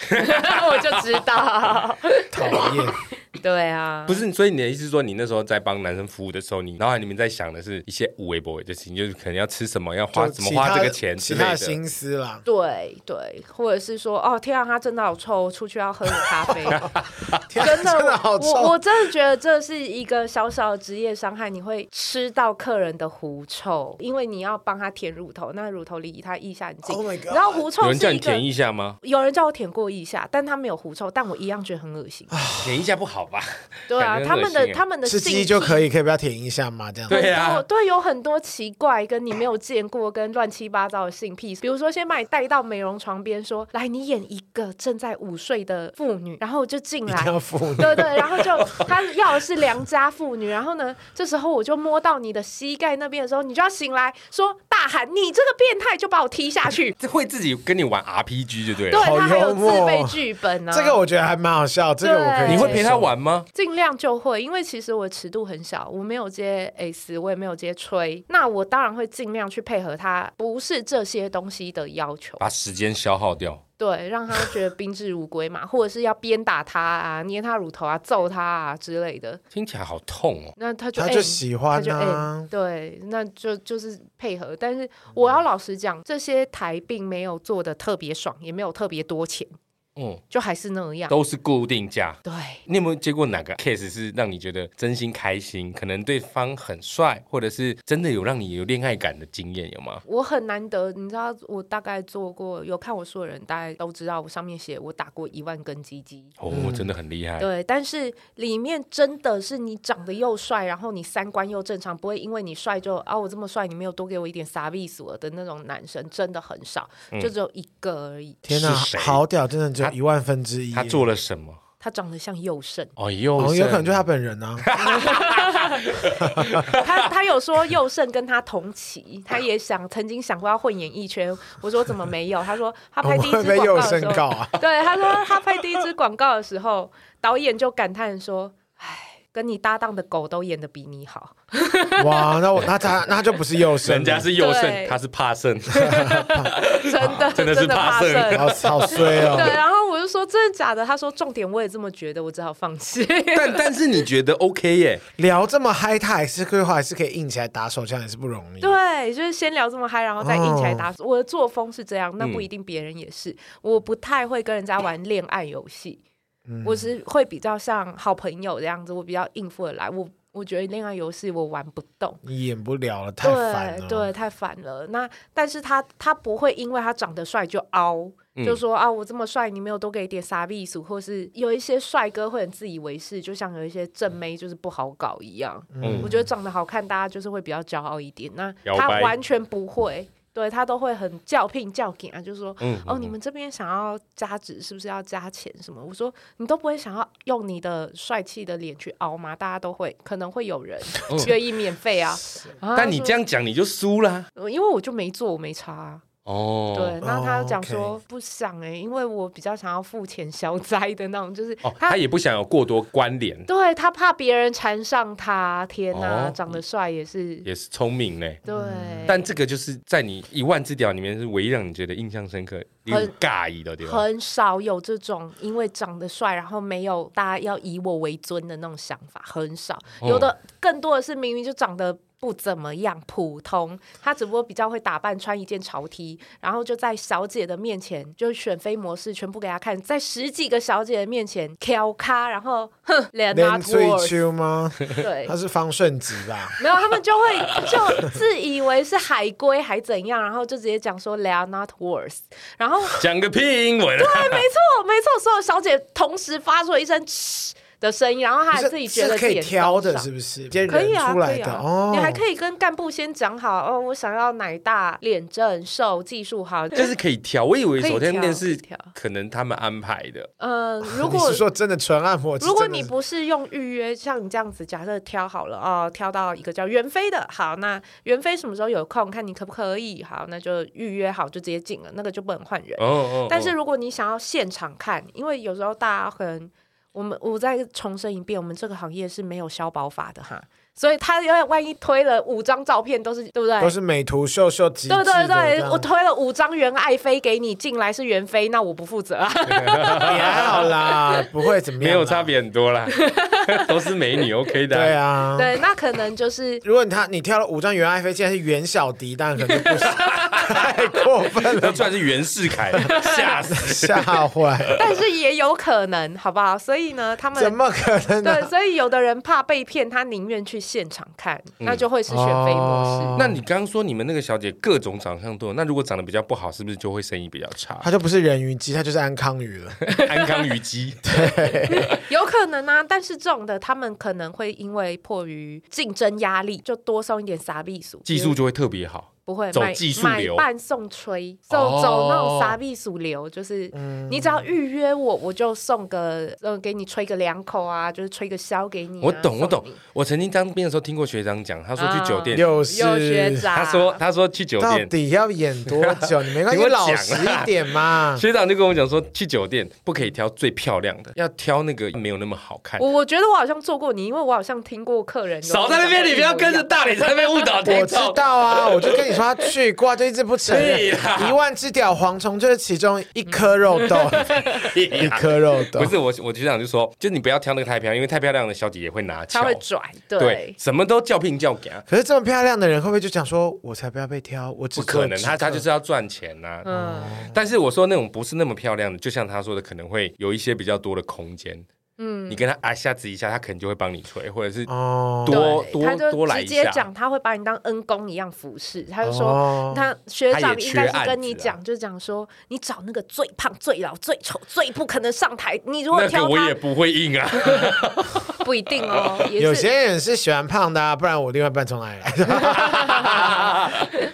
S3: 我就知道。
S2: 讨厌，
S3: 对啊，
S1: 不是。所以你的意思是说，你那时候在帮男生服务的时候，你脑海里面在想的是一些无微不微的事情，就是可能要吃什么，要花
S2: 就
S1: 怎么
S2: 其他
S1: 花这个
S2: 的
S1: 钱之
S2: 其
S1: 类
S2: 他的
S1: 的。
S2: 心思啦。
S3: 对对，或者是说，哦，天啊，他真的好臭，我出去要喝个咖
S2: *laughs*
S3: 啡。
S2: 天啊 *laughs*
S3: 真的，
S2: 真的好
S3: 我
S2: 臭，
S3: 我真的觉得这是一个小小的职业伤害，你会吃到客人的狐臭，因为你要帮他舔乳头，那乳头离他腋下很近
S2: Oh my god
S3: 然后狐
S1: 有
S3: 臭
S1: 人叫
S3: 是
S1: 你
S3: 一个
S1: 舔。一下吗？
S3: 有人叫我舔过腋下，但他没有狐臭，但我一样觉得很恶心。
S1: 舔一下不好吧？
S3: 对啊
S1: 啊感，觉
S3: 他
S1: 很恶心
S3: 们
S1: 欸
S3: 的
S1: 耶
S3: 他们的
S2: 吃
S3: 性
S2: 鸡就
S3: 癖
S2: 可以，可以不要舔一下吗？这样
S1: 对啊
S3: 很多对，有很多奇怪跟你没有见过、跟乱七八糟的性癖，比如说先把你带到美容床边，说来你演一个正在午睡的妇女，然后我就进
S2: 一定
S3: 来。
S2: 要付你。
S3: 对对，然后就他要的是良家妇女，然后呢，这时候我就摸到你的膝盖那边的时候，你就要醒来说大喊：“你这个变态！”就把我踢下去。
S1: 这会自己跟你玩 RPG 就对
S3: 对
S1: 了。
S2: 好
S3: 他还有
S2: 幽默
S3: 自
S2: 哦
S3: 备剧本呢、啊
S2: 这个我觉得还蛮好笑，这个我可以接
S3: 对
S2: 受。
S1: 你会陪他完吗？
S3: 尽量就会，因为其实我尺度很小，我没有接 S，我也没有接吹，那我当然会尽量去配合他，不是这些东西的要求，
S1: 把时间消耗掉。
S3: 对，让他觉得宾至如归嘛，或者是要鞭打他啊、捏他乳头啊、揍他啊之类的，
S1: 听起来好痛哦。
S3: 那他就
S2: 他
S3: 欸
S2: 就喜欢
S3: 他就
S2: 啊
S3: 欸，，对，那就就是配合。但是我
S2: 嗯
S3: 要老实讲，这些台并没有做的特别爽，也没有特别多钱，
S1: 嗯，
S3: 就还是那样。
S1: 都是固定价。
S3: 对，
S1: 你有没有接过哪个 case 是让你觉得真心开心？可能对方很帅，或者是真的有让你有恋爱感的经验有吗？
S3: 我很难得，你知道，我大概做过，有看我书的人大概都知道，我上面写我打过一万根鸡鸡。
S1: 哦，真的很厉
S2: 哎
S1: 害。
S3: 对，但是里面真的是你长得又帅，然后你三观又正常，不会因为你帅就啊我这么帅，你没有多给我一点傻逼死我的那种男生真的很少，就
S2: 嗯
S3: 只有一个而已。
S2: 天哪
S1: 是谁，
S2: 好屌，真的只有
S1: 他
S2: 一万分之一。
S1: 他做了什么？
S3: 他长得像佑胜，
S1: 哦，又
S2: 哦，有可能就是他本人啊，
S3: 他他有说佑胜跟他同期，他也想曾经想过要混演艺圈。我说怎么没有？他说 *laughs* 他拍
S2: 哦我
S3: 第
S2: *laughs*
S3: 一
S2: 会
S3: 支
S2: 被
S3: 广
S2: 佑
S3: 告的
S2: 胜
S3: 时候，
S2: 告啊。
S3: *laughs* 对，他说他拍第一支广告的时候，导演就感叹说：“哎，跟你搭档的狗都演的比你好。
S2: 哇，那我那他那他就不是佑胜了，
S1: 人家是右胜，
S3: 对
S1: 他是怕胜，”
S3: 真的，
S1: 真的是怕
S3: 怕
S1: 胜
S2: 好好衰
S3: *laughs* 对，啊
S2: 哦。
S3: 然后我就说真的假的？他说重点我也这么觉得，我只好放弃。 *laughs*
S1: 但但是你觉得 OK 耶？
S2: 聊这么嗨，他还是规划还是可以硬起来打手枪，也是不容易。
S3: 对，啊就是先聊这么嗨，然后再硬起来打。我的作风是这样，那不
S1: 嗯
S3: 一定别人也是。我不太会跟人家玩恋爱游戏，我只是会比较像好朋友这样子，我比较应付得来。我我觉得恋爱游戏我玩不动。
S2: 你演不了了，太烦
S3: 对
S2: 了。
S3: 对，太烦了。那但是他他不会因为他长得帅就凹，
S1: 嗯
S3: 就说啊我这么帅，你没有多给一点傻逼数，或是有一些帅哥会很自以为是，就像有一些正妹就是不好搞一样。
S1: 嗯
S3: 我觉得长得好看，大家就是会比较骄傲一点。那
S1: 摇
S3: 他
S1: 摆
S3: 完全不会。对他都会很较聘较劲啊，就是说，
S1: 嗯
S3: 哦，你们这边想要加值是不是要加钱什么？我说你都不会想要用你的帅气的脸去凹吗？大家都会，可能会有人愿意免
S1: *laughs*
S3: 费啊。啊
S1: 嗯但你
S3: 说
S1: 这样讲你就输啦。
S3: 呃因为我就没做，我没查啊、
S1: 哦，
S3: 对，那他
S2: 哦
S3: 讲
S2: OK
S3: 说、不想哎、因为我比较想要付钱消灾的那种，就是
S1: 哦，他也不想有过多关联，
S3: 对他怕别人缠上他，天哪、
S1: 哦
S3: 长得帅也是
S1: 也是聪明呢。
S3: 对，
S1: 但这个就是在你一万只屌里面是唯一让你觉得印象深刻、令
S3: 很
S1: 你尬意的地方。
S3: 很少有这种因为长得帅，然后没有大家要以我为尊的那种想法，很少。
S1: 哦
S3: 有的更多的是明明就长得不怎么样，普通，他只不过比较会打扮，穿一件潮 T，然后就在小姐的面前，就是选妃模式全部给他看，在十几个小姐的面前挑咖，然后哼，连他
S2: 连
S3: 托
S2: 最秋吗？
S3: 对
S2: 他。是方顺子吧？
S3: 没有，他们就会就自以为是海归还怎样，然后就直接讲说 “they are not worse”，然后
S1: 讲个屁英文啊！
S3: 对，没错，哦没错，所有小姐同时发出了一声嗤的声音，然后她还
S2: 是
S3: 自己觉
S2: 是
S3: 得
S2: 可以
S3: 自己很
S2: 挑
S3: 高
S2: 的，
S3: 尚
S2: 是不是？接
S3: 可以
S2: 人
S3: 啊，
S2: 出
S3: 可
S2: 来
S3: 以
S2: 的
S3: 啊，
S2: 哦。
S3: 你还可以跟干部先讲好哦，我想要奶大、脸正、瘦、技术
S2: *laughs*
S3: 好，
S1: 这是可以挑，我以为
S3: 可以
S1: 昨天
S3: 挑
S1: 面
S3: 可以
S1: 试
S3: 挑
S1: 可能他们安排的，
S2: *laughs*
S3: 呃，如
S2: 哦你
S3: 果
S2: 是说真的纯按摩？
S3: 如果
S2: 真的
S3: 你
S2: 是
S3: 不是用预约，像你这样子，假设挑好了哦，挑到一个叫袁飞的，好，那袁飞什么时候有空，看你可不可以，好，那就预约好就直接进了，那个就不能换人。
S1: 哦哦，
S3: 但是
S1: 哦
S3: 如果你想要现场看，因为有时候大家可能，我们我再重申一遍，我们这个行业是没有消保法的哈，所以他要万一推了五张照片都是对不对？
S2: 都是美图秀秀极致
S3: 对
S2: 的啊这
S3: 哎对
S2: 样，
S3: 对，我推了五张袁爱妃给你，进来是袁妃，那我不负责啊。
S2: 也还好
S3: *laughs*
S2: 啦，不会怎么样，
S1: 没有差。别啊很多啦， *laughs* 都是美女 OK 的啊。
S2: 对啊，
S3: 对，那可能就是
S2: *laughs* 如果你他你挑了五张袁爱妃，竟然是袁小迪，当然可能就不
S3: *laughs*
S2: 行，太过分
S1: 那
S2: 了，
S1: 算是袁世
S2: *laughs*
S1: 凯，吓死！
S2: 吓坏。
S3: 但是也有可能，好不好？所以呢，他
S2: 怎
S3: 们。
S2: 么可能呢
S3: 对，？所以有的人怕被骗，他宁愿去现场看，那就会是选妃模式。
S2: 哦
S1: 那你刚刚说你们那个小姐各种长相都有，那如果长得比较不好，是不是就会生意比较差
S2: 他？就不是人鱼姬，他就是安康鱼了。
S1: 安康虞
S2: *laughs*
S1: 姬，
S3: 有可能啊，但是这种的他们可能会因为迫于竞争压力，就多送一点傻逼数，
S1: 技术就会特别好。
S3: 不会
S1: 走
S3: 买
S1: 技术
S3: 买
S1: 流
S3: 伴送吹，走、
S1: 哦
S3: 走那种傻逼鼠流，就是你只要预约我，我就送个嗯，给你吹个两口啊，就是吹个箫给你啊、
S1: 我懂，我懂
S3: 送你。
S1: 我曾经当兵的时候听过学长讲，他说去酒店，
S2: 又
S3: 有学
S2: 是
S3: 长，
S1: 他说他说去酒
S2: 啊到
S1: 店，
S2: 底要演多久？你没关系，
S1: 听我讲
S2: 老
S1: 啊
S2: 实一点嘛。
S1: 学长就跟我讲说，去酒店不可以挑最漂亮的，要挑那个没有那么好看。
S3: 我我觉得我好像做过你，因为我好像听过客人有
S1: 少在那边，你不要跟着大理在那边误 *laughs* 导听
S2: 我知
S1: 众。
S2: 道啊，我就跟你说他去过，他就一直不承认。
S1: 对啦
S2: 一万只屌蝗虫就是其中一颗肉豆，
S1: *laughs* 啊
S2: 一颗肉豆
S1: 不。是我，我学长就说，就你不要挑那个太漂亮，因为太漂亮的小姐姐会拿
S3: 他
S1: 翘
S3: 会。拽，
S1: 对
S3: 对，，
S1: 什么都叫聘叫假，
S2: 可是这么漂亮的人，会不会就想说，我才不要被挑，我只
S1: 不
S2: 做
S1: 可能，
S2: 只
S1: 他他
S2: 做
S1: 就是要赚钱呐、
S3: 嗯
S1: 但是我说那种不是那么漂亮的，就像他说的，可能会有一些比较多的空间。嗯，你跟他啊一下子一下，他可能就会帮你吹，或者是
S2: 哦
S1: 多
S3: 对他就
S1: 多来
S3: 直
S1: 一
S3: 接
S1: 下
S3: 讲，他会把你当恩公一样服侍。他就说，
S2: 哦
S3: 他学
S1: 他也
S3: 长应
S1: 缺
S3: 该
S1: 案
S3: 是跟你
S1: 子啊
S3: 讲，就讲说，你找那个最胖、最老、最丑、最不可能上台。你如果
S1: 那个
S3: 挑
S1: 我也
S3: 他，
S1: 不会 *laughs* 硬啊。
S3: 不一定哦，
S1: *laughs*
S3: 也
S2: 有
S3: 是
S2: 些人是喜欢胖的、啊，不然我另外一半从哪里来的？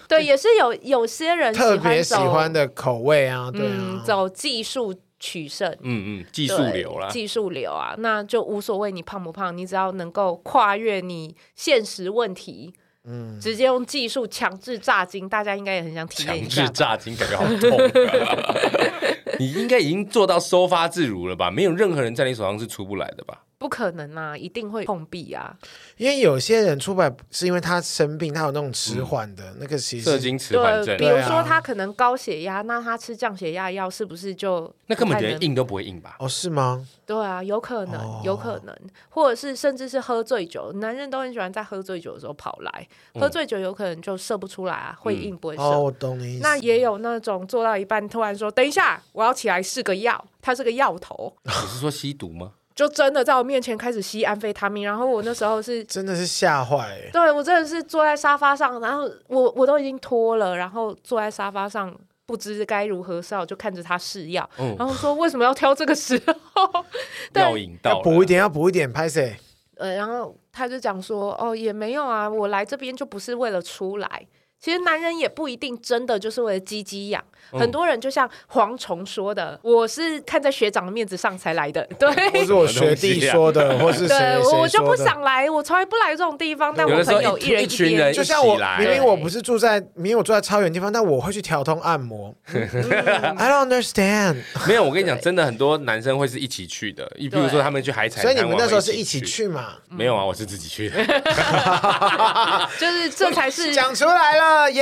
S3: 对，也是有有些人
S2: 特别喜
S3: 走，
S2: 欢的口味啊，对
S3: 嗯，
S2: 啊，
S3: 走技术取胜。
S1: 嗯嗯，技术
S3: 对
S1: 流啦。
S3: 技术流啊，那就无所谓你胖不胖，你只要能够跨越你现实问题，嗯，直接用技术强制炸金，大家应该也很想体验
S1: 强
S3: 一
S1: 制
S3: 下吧。
S1: 炸金，感觉好痛、 *laughs* 你应该已经做到收发自如了吧？没有任何人在你手上是出不来的吧？
S3: 不可能啊，一定会碰壁啊。
S2: 因为有些人出不来是因为他生病，他有那种迟缓的、那个其
S1: 嗯射
S2: 实。
S1: 精迟缓
S3: 对，
S1: 症
S3: 比，如
S2: 对啊
S3: 说他可能高血压，那他吃降血压药是不是就
S1: 那根本
S3: 不太
S1: 连
S3: 能
S1: 硬都不会硬吧？
S2: 哦，是吗？
S3: 对啊，有可能，
S2: 哦
S3: 有可能，或者是甚至是喝醉酒，男人都很喜欢在喝醉酒的时候跑来，
S1: 嗯
S3: 喝醉酒有可能就射不出来啊，会硬不会射。
S2: 哦，我懂你意思。
S3: 那也有那种做到一半突然说：“等一下，我要起来试个药。”他是个药头，
S1: 你是说吸毒
S2: *laughs*
S1: 吗？
S3: 就真的在我面前开始吸安非他命。然后我那时候是，。
S2: 真的是吓坏、欸
S3: *laughs* 对我真的是坐在沙发上，然后我我都已经脱了，然后坐在沙发上不知该如何是好，就看着他试药，
S1: 嗯
S3: 然后说为什么要挑这个时候？ *laughs* 对
S1: 药引
S2: 要
S1: 到
S2: 补一
S1: 点，
S2: 点，要补一点，拍谁？
S3: 呃，然后他就讲说，哦，也没有啊，我来这边就不是为了出来。其实男人也不一定真的就是为了鸡鸡痒，
S1: 哦
S3: 很多人就像蝗虫说的，我是看在学长的面子上
S1: *laughs*
S3: 才来的，对。
S2: 或是我
S1: 啊
S2: 学弟说的，或是谁
S3: 对
S2: 谁，
S3: 我我就
S2: 说
S3: 不
S2: 的。
S3: 想来，我从来不来这种地方。但
S1: 有
S3: 我
S1: 的时候
S3: 朋友
S1: 一
S3: 一人
S1: 一群
S3: 边
S1: 人
S2: 就像我
S1: 一起来
S2: 明明我不是住在，明明我住在超远地方，但我会去调通按
S3: *laughs*
S2: 摩。I don't understand。
S1: 没有。我跟你讲，真的很多男生会是一起去的，比如说他们去海产，
S2: 所以你们
S1: 玩
S2: 那时候
S1: 会
S2: 是一
S1: 一
S2: 起
S1: 去？
S2: 去嗯嘛？
S1: 没有啊，我是自己去的，
S3: 就是这才是
S2: 讲出来了，耶！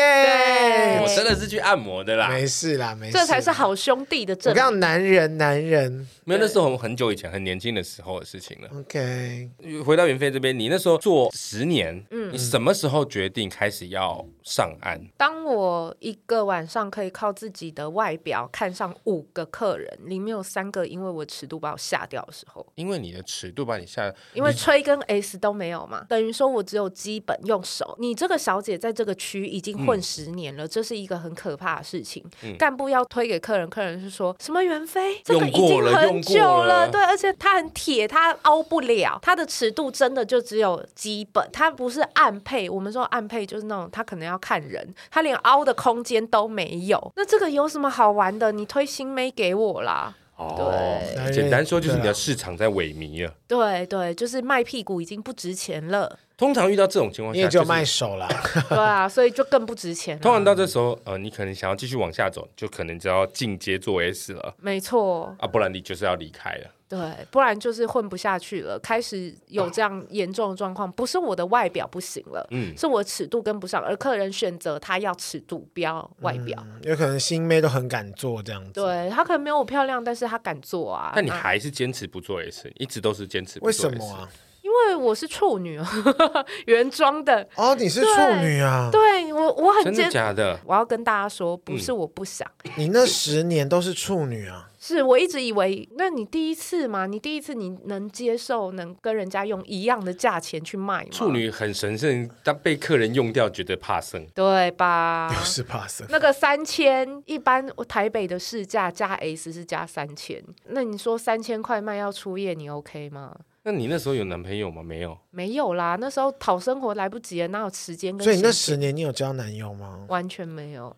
S1: *laughs*
S3: 对
S1: 我真的是去按摩的啦。
S2: 没事啦，没事啦。
S3: 这才是好兄弟的
S2: 哎我
S3: 证
S2: 跟你讲，
S3: 明。
S2: 男人，男人
S1: 没有，那是我们很久以前很年轻的时候的事情了。
S2: ，OK。
S1: 回到袁飞这边，你那时候做十年，
S2: 嗯
S1: 你什么时候决定开始要上岸？
S3: 当我一个晚上可以靠自己的外表看上五个客人，里面有三个因为我尺度把我吓掉的时候，
S1: 因为你的尺度把你吓，
S3: 因为吹跟 S 都没有嘛，等于说我只有基本用手。你这个小姐在这个区已经
S1: 嗯
S3: 混十年了，这是一个很可怕的事情。干部要推给客人，客人是说什么袁飞这个已
S1: 用过
S3: 经
S1: 了
S3: 很久
S1: 用过了
S3: 对，而且他很铁，他凹不了，他的尺度真的就只有基本，他不是暗配。我们说暗配就是那种他可能要看人，他连凹的空间都没有。那这个有什么好玩的？你推新妹给我啦。
S2: 对
S1: 哦简单说就是你
S2: 对
S1: 的
S2: 啊
S1: 市场在萎靡了。
S3: 对对，就是卖屁股已经不值钱了。
S1: 通常遇到这种情况
S2: 因
S1: 下，
S2: 为就
S1: 就
S2: 卖
S1: 是
S2: 手啦，
S3: *laughs* 对啊，所以就更不值钱了。
S1: 通常到这时候，呃，你可能想要继续往下走，就可能就要进阶做 S 了
S3: 没错，
S1: 啊，不然你就是要离开了。
S3: 对，不然就是混不下去了，开始有这样严重的状况，不是我的外表不行了，
S1: 嗯
S3: 是我尺度跟不上，而客人选择他要尺度，不要外表。
S2: *laughs*
S1: 嗯
S2: 有可能新妹都很敢做这样子。，
S3: 对他可能没有我漂亮，但是他敢做啊。
S1: 但你
S3: 那
S1: 还是坚持不做 S，一直都是坚持不
S2: 为
S1: 做
S2: 什
S1: S。
S2: 么啊？
S3: 因为我是处女， *laughs* 原装的，
S2: 哦，你是处女啊？
S3: 对我我很
S1: 真
S3: 坚
S1: 的。假嗯的？
S3: 我要跟大家说，不是我不想，
S2: 你那十年都是处女啊？
S3: 是我一直以为，那你第一次嘛，你第一次你能接受能跟人家用一样的价钱去卖吗？
S1: 处女很神圣，但被客人用掉，觉得怕生。
S3: 对
S2: *laughs*
S3: 吧？
S2: 又是怕生。
S3: 那个三千，一般我台北的市价加 S 是加三千，那你说三千块卖要初夜，你 OK 吗？
S1: 那你那时候有男朋友吗？没有，
S3: 没有啦，那时候讨生活来不及了，哪有时间跟
S2: 所以那哦
S3: 心
S2: 十年你有交男友吗？
S3: 完全没有。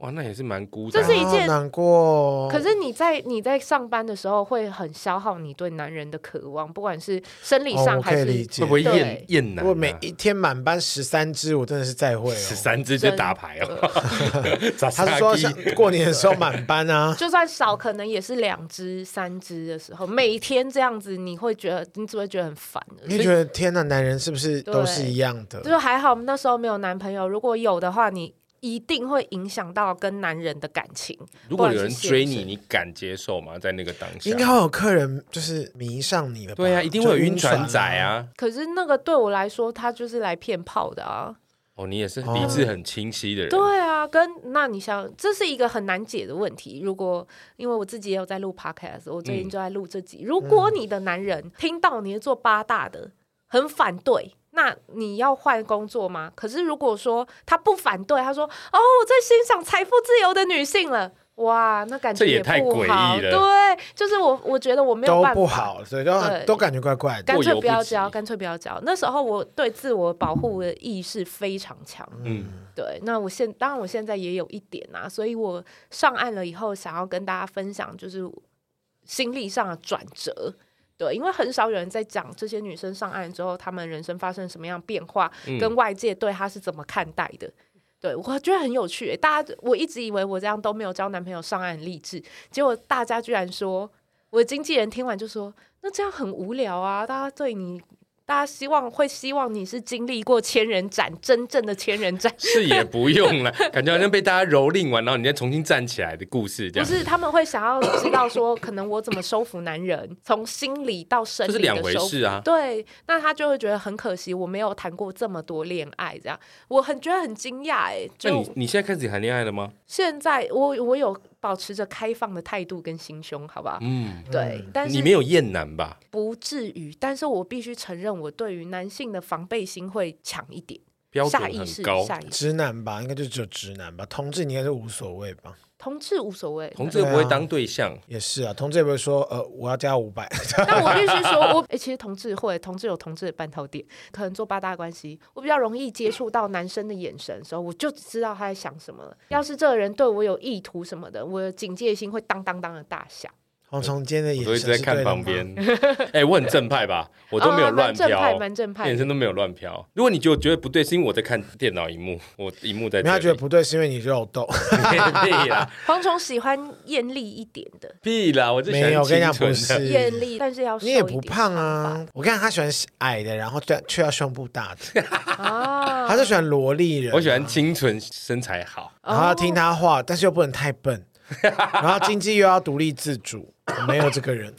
S1: 哇，那也是蛮孤
S3: 这
S1: 单的。
S3: 是一件
S2: 啊难过。
S3: 可是你在你在上班的时候，会很消耗你对男人的渴望，不管是生理
S2: 哦，
S3: 上
S2: 我
S3: 还
S2: 可以
S3: 是、
S2: 理解
S1: 会。不会
S3: 对
S1: 厌厌男、
S2: 如
S1: 啊？
S2: 果每一天满班十三只，我真的是再会
S1: 十
S2: 哦。
S1: 三只就打牌哦， *laughs* 咋
S2: 他是
S1: 撒
S2: 说
S1: 鸡
S2: 像过年的时候满班
S1: *laughs*
S2: 啊，
S3: 就算少，可能也是两只、三只的时候，每天这样子，你会觉得你只会觉得很烦的。
S2: 你就觉得天哪，男人是不是都是一样的？
S3: 就是还好那时候没有男朋友，如果有的话，你一定会影响到跟男人的感情。
S1: 如果有人追你，你敢接受吗？在那个当下，
S2: 应该会有客人就是迷上你了吧？
S1: 对啊，一定会有
S2: 就
S1: 晕船仔
S2: 啊。
S1: 啊。
S3: 可是那个对我来说，他就是来骗炮的啊！
S1: 哦，你也是
S2: 哦
S1: 理智很清晰的人。
S3: 对啊，跟那你想，这是一个很难解的问题。如果因为我自己也有在录 podcast，我
S1: 嗯
S3: 最近就在录这集。如果你的男人听到你是做八大的，很反对。那你要换工作吗？可是如果说他不反对，他说：“哦，我在欣赏财富自由的女性了。”哇，那感觉
S1: 这也太
S3: 不
S1: 诡
S3: 好
S1: 异了
S3: 对，就是我，我觉得我没有
S2: 都
S3: 办法，
S2: 不好，所以都
S3: 对
S2: 都感觉怪怪的。
S3: 干
S1: 过
S3: 脆
S1: 犹
S3: 不
S1: 不
S3: 要
S1: 及
S3: 交，干脆不要交。那时候我对自我保护的意识非常强，
S1: 嗯，
S3: 对。那我现当然我现在也有一点啊，所以我上岸了以后，想要跟大家分享就是心理上的转折。对，因为很少有人在讲这些女生上岸之后，她们人生发生什么样的变化，
S1: 嗯，
S3: 跟外界对她是怎么看待的。对，我觉得很有趣、欸大家我一直以为我这样都没有交男朋友上岸很励志，结果大家居然说，我的经纪人听完就说：“那这样很无聊啊，大家对你，大家希望会希望你是经历过千人斩，真正的千人斩
S1: 是也不用
S3: *laughs*
S1: 了，感觉好像被大家蹂躏完，然后你再重新站起来的故事，这
S3: 不
S1: 样
S3: 是他们会想要知道说，可能我怎么收服男人，从心理到生
S1: 这
S3: 理
S1: 是
S3: 的
S1: 两回
S3: 收服
S1: 事啊。
S3: 对，那他就会觉得很可惜，我没有谈过这么多恋爱，这样我很觉得很惊讶哎。
S1: 那
S3: 就
S1: 你你现在开始谈恋爱了吗？
S3: 现在我我有保持着开放的态度跟心胸，好不好？
S1: 嗯，
S3: 对，但
S1: 你
S3: 是
S1: 没有厌男吧？
S3: 不至于，但是我必须承认，我对于男性的防备心会强一点，
S1: 标准
S3: 下意识
S1: 很高，
S3: 下意识。
S2: 直男吧，应该就只有直男吧，同志你应该是无所谓吧？
S3: 同志无所谓，
S1: 同志不会当对象，
S2: 也是啊，同志也不会说呃我要加五百， *laughs*
S3: *laughs* 但我必须说，我、诶其实同志会，同志有同志的半头点，可能做八大关系，我比较容易接触到男生的眼神的时候，我就知道他在想什么了。要是这个人对我有意图什么的，我的警戒心会当当当的大响。
S2: 黄从今天的眼
S1: 我都一
S2: 神
S1: 直在
S2: 是
S1: 看
S2: 对的
S1: 旁
S2: 吗。
S1: 边。 *laughs* 哎，我很正派吧？我都没有
S3: 啊
S1: 乱
S3: 蛮正派，
S1: 飘，
S3: 蛮正派
S1: 眼
S3: 的。
S1: 神都没有乱飘。如果你觉得我觉得不对，是因为我在看电脑荧幕，我荧幕在
S2: 没有
S1: 这
S2: 他觉得
S1: 里。
S2: 不对，是因为你肉豆。 *laughs*
S1: 屁啦
S3: 蝗虫喜欢艳丽一点的，
S1: 屁啦，我就喜
S2: 没
S1: 欢
S2: 有，我跟
S1: 清
S2: 你讲
S1: 纯
S2: 不
S1: 的。
S2: 是啊
S3: 艳，丽，但是要瘦
S2: 嗯你
S3: 一
S2: 也
S3: 点
S2: 不胖啊。我看他喜欢矮的，然后却却要胸部大
S3: *laughs*
S2: 的， *laughs*
S3: 长发啊，
S2: 他就喜欢萝莉人。
S1: 我喜欢清纯，身材好。
S2: 然后要
S3: 哦
S2: 听他话，但是又不能
S1: *laughs*
S2: 太笨，然后经济又要独立自主，没有这个人。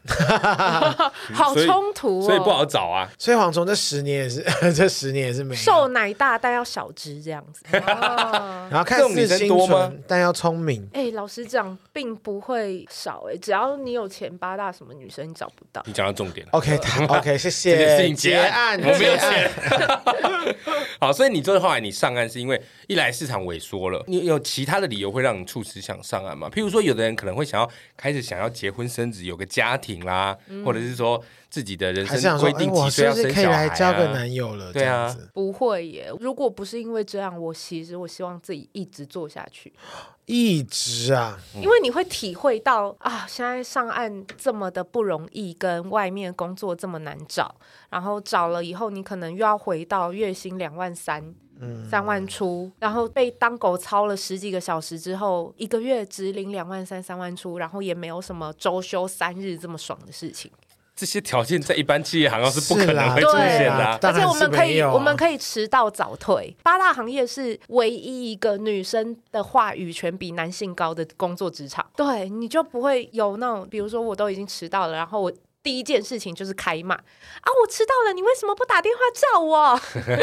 S3: 好
S1: 所以
S3: 冲突、哦，
S1: 所以不好找啊。
S2: 所以黄虫这十年也是， *laughs* 这十年也是没有。
S3: 瘦奶大但要小只这样
S2: *laughs*
S3: 子。哦
S2: 然后看
S1: 这种女
S2: 似
S1: 生
S2: 清
S1: 多吗
S2: 纯，但要聪明。
S3: 哎、老实讲，并不会少哎、只要你有钱，八大什么女生你找不到。
S1: 你讲到重点了， *laughs*
S2: OK，他 OK，
S1: 这
S2: 谢
S1: 件事
S2: 谢。
S1: 情结案，我没有
S2: 哦结案
S1: 钱。 *laughs* 好，所以你最后来你上岸是因为一来市场萎缩了，你有其他的理由会让你促使想上岸吗？譬如说，有的人可能会想要开始想要结婚生子，有个家庭啦，或者是说自己的人
S2: 还是想
S1: 生
S2: 说，
S1: 规
S2: 哎，
S1: 定
S2: 我
S1: 几岁
S2: 是
S1: 要
S2: 不是
S1: 生
S2: 可以
S1: 小孩
S2: 来交个
S1: 啊。
S2: 男友了？
S1: 对啊
S2: 这样子，
S3: 不会耶！如果不是因为这样，我其实我希望自己一直做下去，
S2: 一直啊，
S3: 因为你会体会到啊，现在上岸这么的不容易，跟外面工作这么难找，然后找了以后，你可能又要回到月薪两万三、三万出，然后被当狗操了十几个小时之后，一个月只领两万三、三万出，然后也没有什么周休三日这么爽的事情。
S1: 这些条件在一般企业行业是不可
S2: 是啦
S1: 能会出现
S3: 对
S1: 的
S2: 啦
S1: 啊。
S3: 而
S2: 当
S3: 且
S2: 然
S3: 我
S2: 是
S3: 们可
S2: 没
S3: 以，
S2: 有啊。
S3: 我们可以迟到早退。八大行业是唯一一个女生的话语权比男性高的工作职场，对，你就不会有那种，比如说我都已经迟到了，然后我。第一件事情就是开骂啊！我迟到了，你为什么不打电话叫我？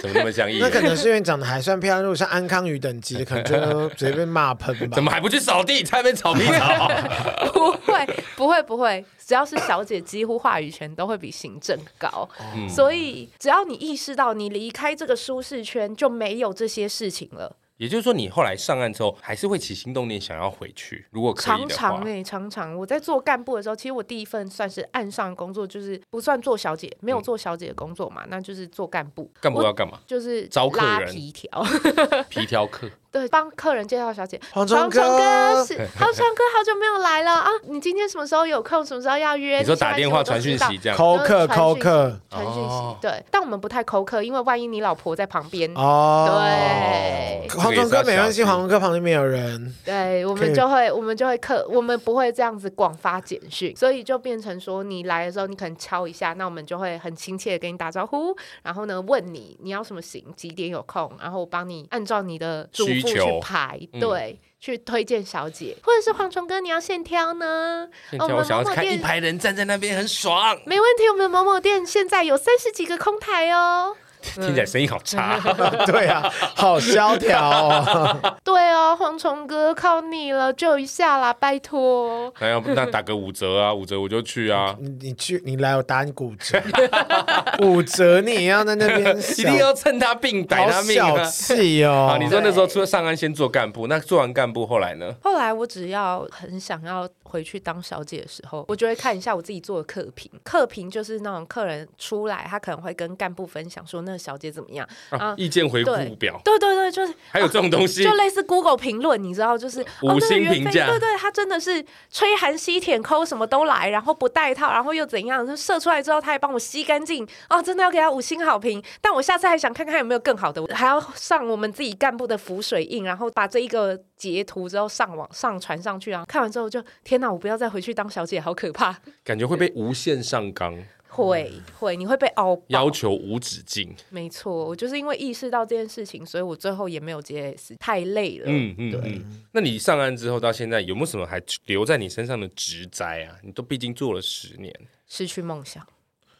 S1: 怎么那么像艺
S2: 那可
S1: 人？
S2: 能是因为长得还算漂亮，如果像安康鱼等级的，可能
S1: *laughs*
S2: 就直接被骂喷吧。
S1: 怎么还不去扫地？在那边草屁草？
S3: *laughs* 不会，不会，不会，只要是小姐，几乎话语权都会比行政高。
S2: 哦
S1: 嗯
S3: 所以，只要你意识到你离开这个舒适圈，就没有这些事情了。
S1: 也就是说，你后来上岸之后，还是会起心动念想要回去，如果可以
S3: 常
S1: 的话。
S3: 常哎、常常我在做干部的时候，其实我第一份算是岸上的工作，就是不算做小姐，没有做小姐的工作嘛，那就是做干部，
S1: 嗯干部
S3: 我
S1: 要干嘛？
S3: 就是
S1: 招客
S3: 拉
S1: 人
S3: 皮条， *laughs*
S1: 皮条客，
S3: 对，帮客人介绍小姐。
S2: 黄
S3: 长
S2: 忠
S3: 哥
S2: 哥，
S3: 是长长哥，好久没有来了啊！你今天什么时候有空？什么时候要约？
S1: 你说打
S3: 下一集
S1: 电
S3: 我
S1: 话
S3: 都
S1: 传讯
S3: 知道
S1: 息这样，
S2: 扣客
S3: 就是
S2: 扣客
S3: 传讯
S1: 哦
S3: 息，对，但我们不太抠客，因为万一你老婆在旁边，
S2: 哦。
S3: 对
S2: 黄忠哦哥没关系，
S1: 这个也是要小心
S2: 黄忠哥旁边没有人， *laughs*
S3: 对，我
S2: 可
S3: 们
S2: 以
S3: 就会我们就会客，我们不会这样子广发简讯，所以就变成说你来的时候，你可能敲一下，那我们就会很亲切的跟你打招呼，然后呢问你你要什么型，几点有空，然后我帮你按照你的嘱
S1: 需
S3: 咐
S1: 求
S3: 去排，
S1: 嗯
S3: 对。去推荐小姐，或者是蝗虫哥，你要现挑呢？
S1: 现
S3: 哦
S1: 在
S3: 我
S1: 我
S3: 们
S1: 想要
S3: 某某
S1: 看一
S3: 店
S1: 排人站在那边很爽，
S3: 没问题，我们某某店现在有三十几个空台哦。
S1: 听起来声音好
S3: *laughs*
S1: 差。
S2: 对啊，好萧条哦。 *laughs*
S3: 对哦，蝗虫哥，靠你了，救一下啦，拜托。
S1: 那要不哎那打个五折啊，五折我就去
S3: *laughs*
S1: 啊，
S2: 你你去，你来我打你骨折， *laughs* 骨折你也要在那
S1: *laughs*
S2: 边
S1: 一
S2: 一
S1: 定要趁他病逮他命
S2: 小
S1: 啊！
S2: 气哦
S1: *laughs* 啊，！你说那时候出上岸先做干部，那做完干部后来呢？
S3: 后来我只要很想要回去当小姐的时候，我就会看一下我自己做的客评。客评就是那种客人出来，他可能会跟干部分享说那个小姐怎么样。
S1: 啊
S3: 啊，
S1: 意见回
S3: 对
S1: 顾表，
S3: 对对对，就是啊
S1: 还有这种东西
S3: 就，类似 Google 评论，你知道，就是
S1: 五星评价
S3: 哦那个袁飞对对，他真的是吹寒吸舔抠什么都来，然后不带套，然后又怎样，就射出来之后他还帮我吸干净，哦，真的要给他五星好评。但我下次还想看看有没有更好的，还要上我们自己干部的浮水印，然后把这一个截图之后上网上传上去，然后看完之后就天哪，我不要再回去当小姐，好可怕。
S1: *laughs* 感觉会被无限上
S3: 哦
S1: 纲，
S3: 会会，你会被凹爆
S1: 要求无止境。
S3: 没错，我就是因为意识到这件事情，所以我最后也没有 JS，太累了。
S1: 嗯嗯
S3: 对
S1: 嗯。那你上岸之后到现在，有没有什么还留在你身上的职灾啊？你都毕竟做了十年，
S3: 失去梦想。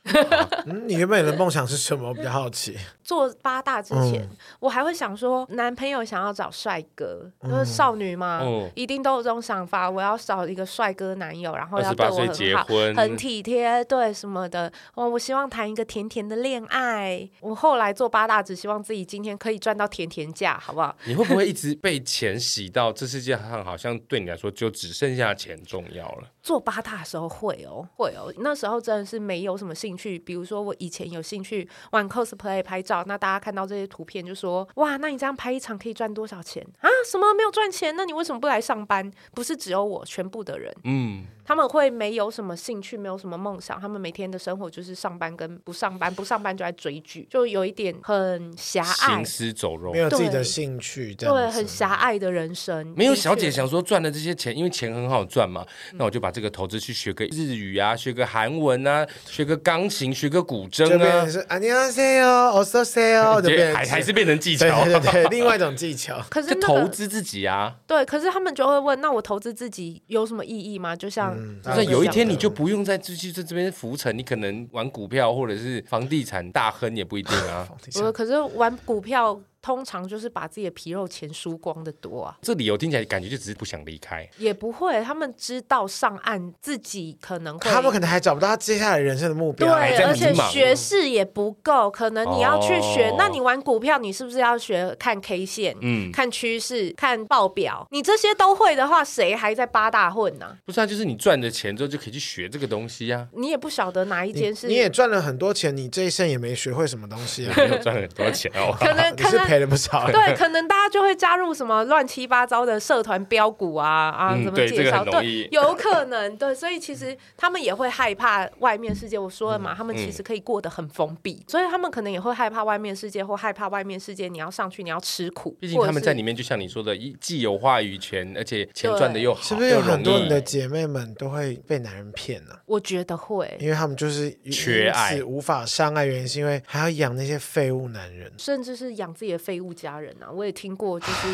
S2: 嗯你原本的梦想是什么？我比较好奇。
S3: 做八大之前，我还会想说，男朋友想要找帅哥，就是少女嘛，
S1: 哦
S3: 一定都有这种想法，我要找一个帅哥男友，然后
S1: 二
S3: 哦要
S1: 十
S3: 对
S1: 八
S3: 我
S1: 岁
S3: 很
S1: 结
S3: 好。
S1: 婚，
S3: 很体贴，对什么的，哦，我希望谈一个甜甜的恋爱。我后来做八大，只希望自己今天可以赚到甜甜价，好不好？
S1: *laughs* 你会不会一直被钱洗到？这世界上好像对你来说就只剩下钱重要了。
S3: 做八大的时候会哦，会哦，那时候真的是没有什么兴趣。比如说我以前有兴趣玩 cosplay 拍照，那大家看到这些图片就说：“哇，那你这样拍一场可以赚多少钱啊？什么没有赚钱？那你为什么不来上班？”不是只有我，全部的人
S1: 嗯，
S3: 他们会没有什么兴趣，没有什么梦想，他们每天的生活就是上班跟不上班，不上班就在追剧，就有一点很狭隘
S1: 行，尸走肉
S2: 没。有自己的
S3: 对
S2: 兴趣，这
S3: 对，
S2: 样子
S3: 很狭隘的人生。
S1: 没有
S3: 的确。
S1: 小姐想说赚了这些钱，因为钱很好赚嘛，那我就把这个投资去学个日语啊，学个韩文啊，学个钢琴，学个古筝
S2: 就变
S1: 啊
S2: 成，是啊，你要 say 哦，我 so say
S1: *laughs*
S2: 哦，就变成
S1: 还还是变成技
S2: 对
S1: 巧，
S2: 对对对，另外一种技巧 *laughs*
S3: 可是
S1: 就
S3: 那
S1: 投
S3: 个
S1: 资自己啊。
S3: 对，可是他们就会问：那我投资自己有什么意义吗？就像
S2: 嗯当
S1: 那
S2: 然
S1: 有一天
S2: 是
S1: 你就不用再继续在这边浮沉，你可能玩股票或者是房地产大亨也不一定
S2: *laughs*
S1: 啊。
S3: 我可是玩股票，通常就是把自己的皮肉钱输光的多啊。
S1: 这理由听起来感觉就只是不想离开，
S3: 也不会，他们知道上岸自己可能会，
S2: 他们可能还找不到他接下来人生的目
S3: 对，
S2: 标，
S1: 还在
S3: 而且
S1: 迷茫
S2: 嗯
S3: 学识也不够，可能你要去学。
S1: 哦
S3: 那你玩股票，你是不是要学看 K 线、
S1: 嗯，
S3: 看趋势、看报表？你这些都会的话，谁还在八大混呢、
S1: 不是啊，就是你赚了钱之后就可以去学这个东西啊
S2: *laughs*
S1: 呀、
S3: 你也不晓得哪一
S2: 你
S3: 件是
S2: 你也赚了很多钱，你这一生也没学会什么东西啊
S1: 啊，，没有赚很多钱
S2: *laughs*
S1: 哦。
S3: 可能
S2: 你
S3: 可
S2: 是
S3: 能
S2: 赔了不少。
S1: *laughs*
S2: 啊
S3: 对，可能大家就会加入什么乱七八糟的社团标股啊啊，
S1: 嗯
S3: 怎么
S1: 对这
S3: 介
S1: 个
S3: 绍？
S1: 很容易
S3: 对，有可能对，所以其实他们也会害怕外面世界。我说了
S1: 嗯
S3: 嘛，他们其实可以过得很封闭，所以他们可能也会害怕外面世界，或害怕外面世界你要上去，你要吃苦。
S1: 毕竟他们在里
S3: 面，
S1: 面，就像你说的，一既有话语权，而且钱赚的又好，
S2: 是不是有
S1: 又容
S2: 很多
S1: 易
S2: 你的姐妹们都会被男人骗呢、
S3: 我觉得会。
S2: 因为他们就是
S1: 缺爱
S2: 因此无法相爱，原因是因为还要养那些废物男人。
S3: 甚至是养自己的废物家人啊，我也听过，就是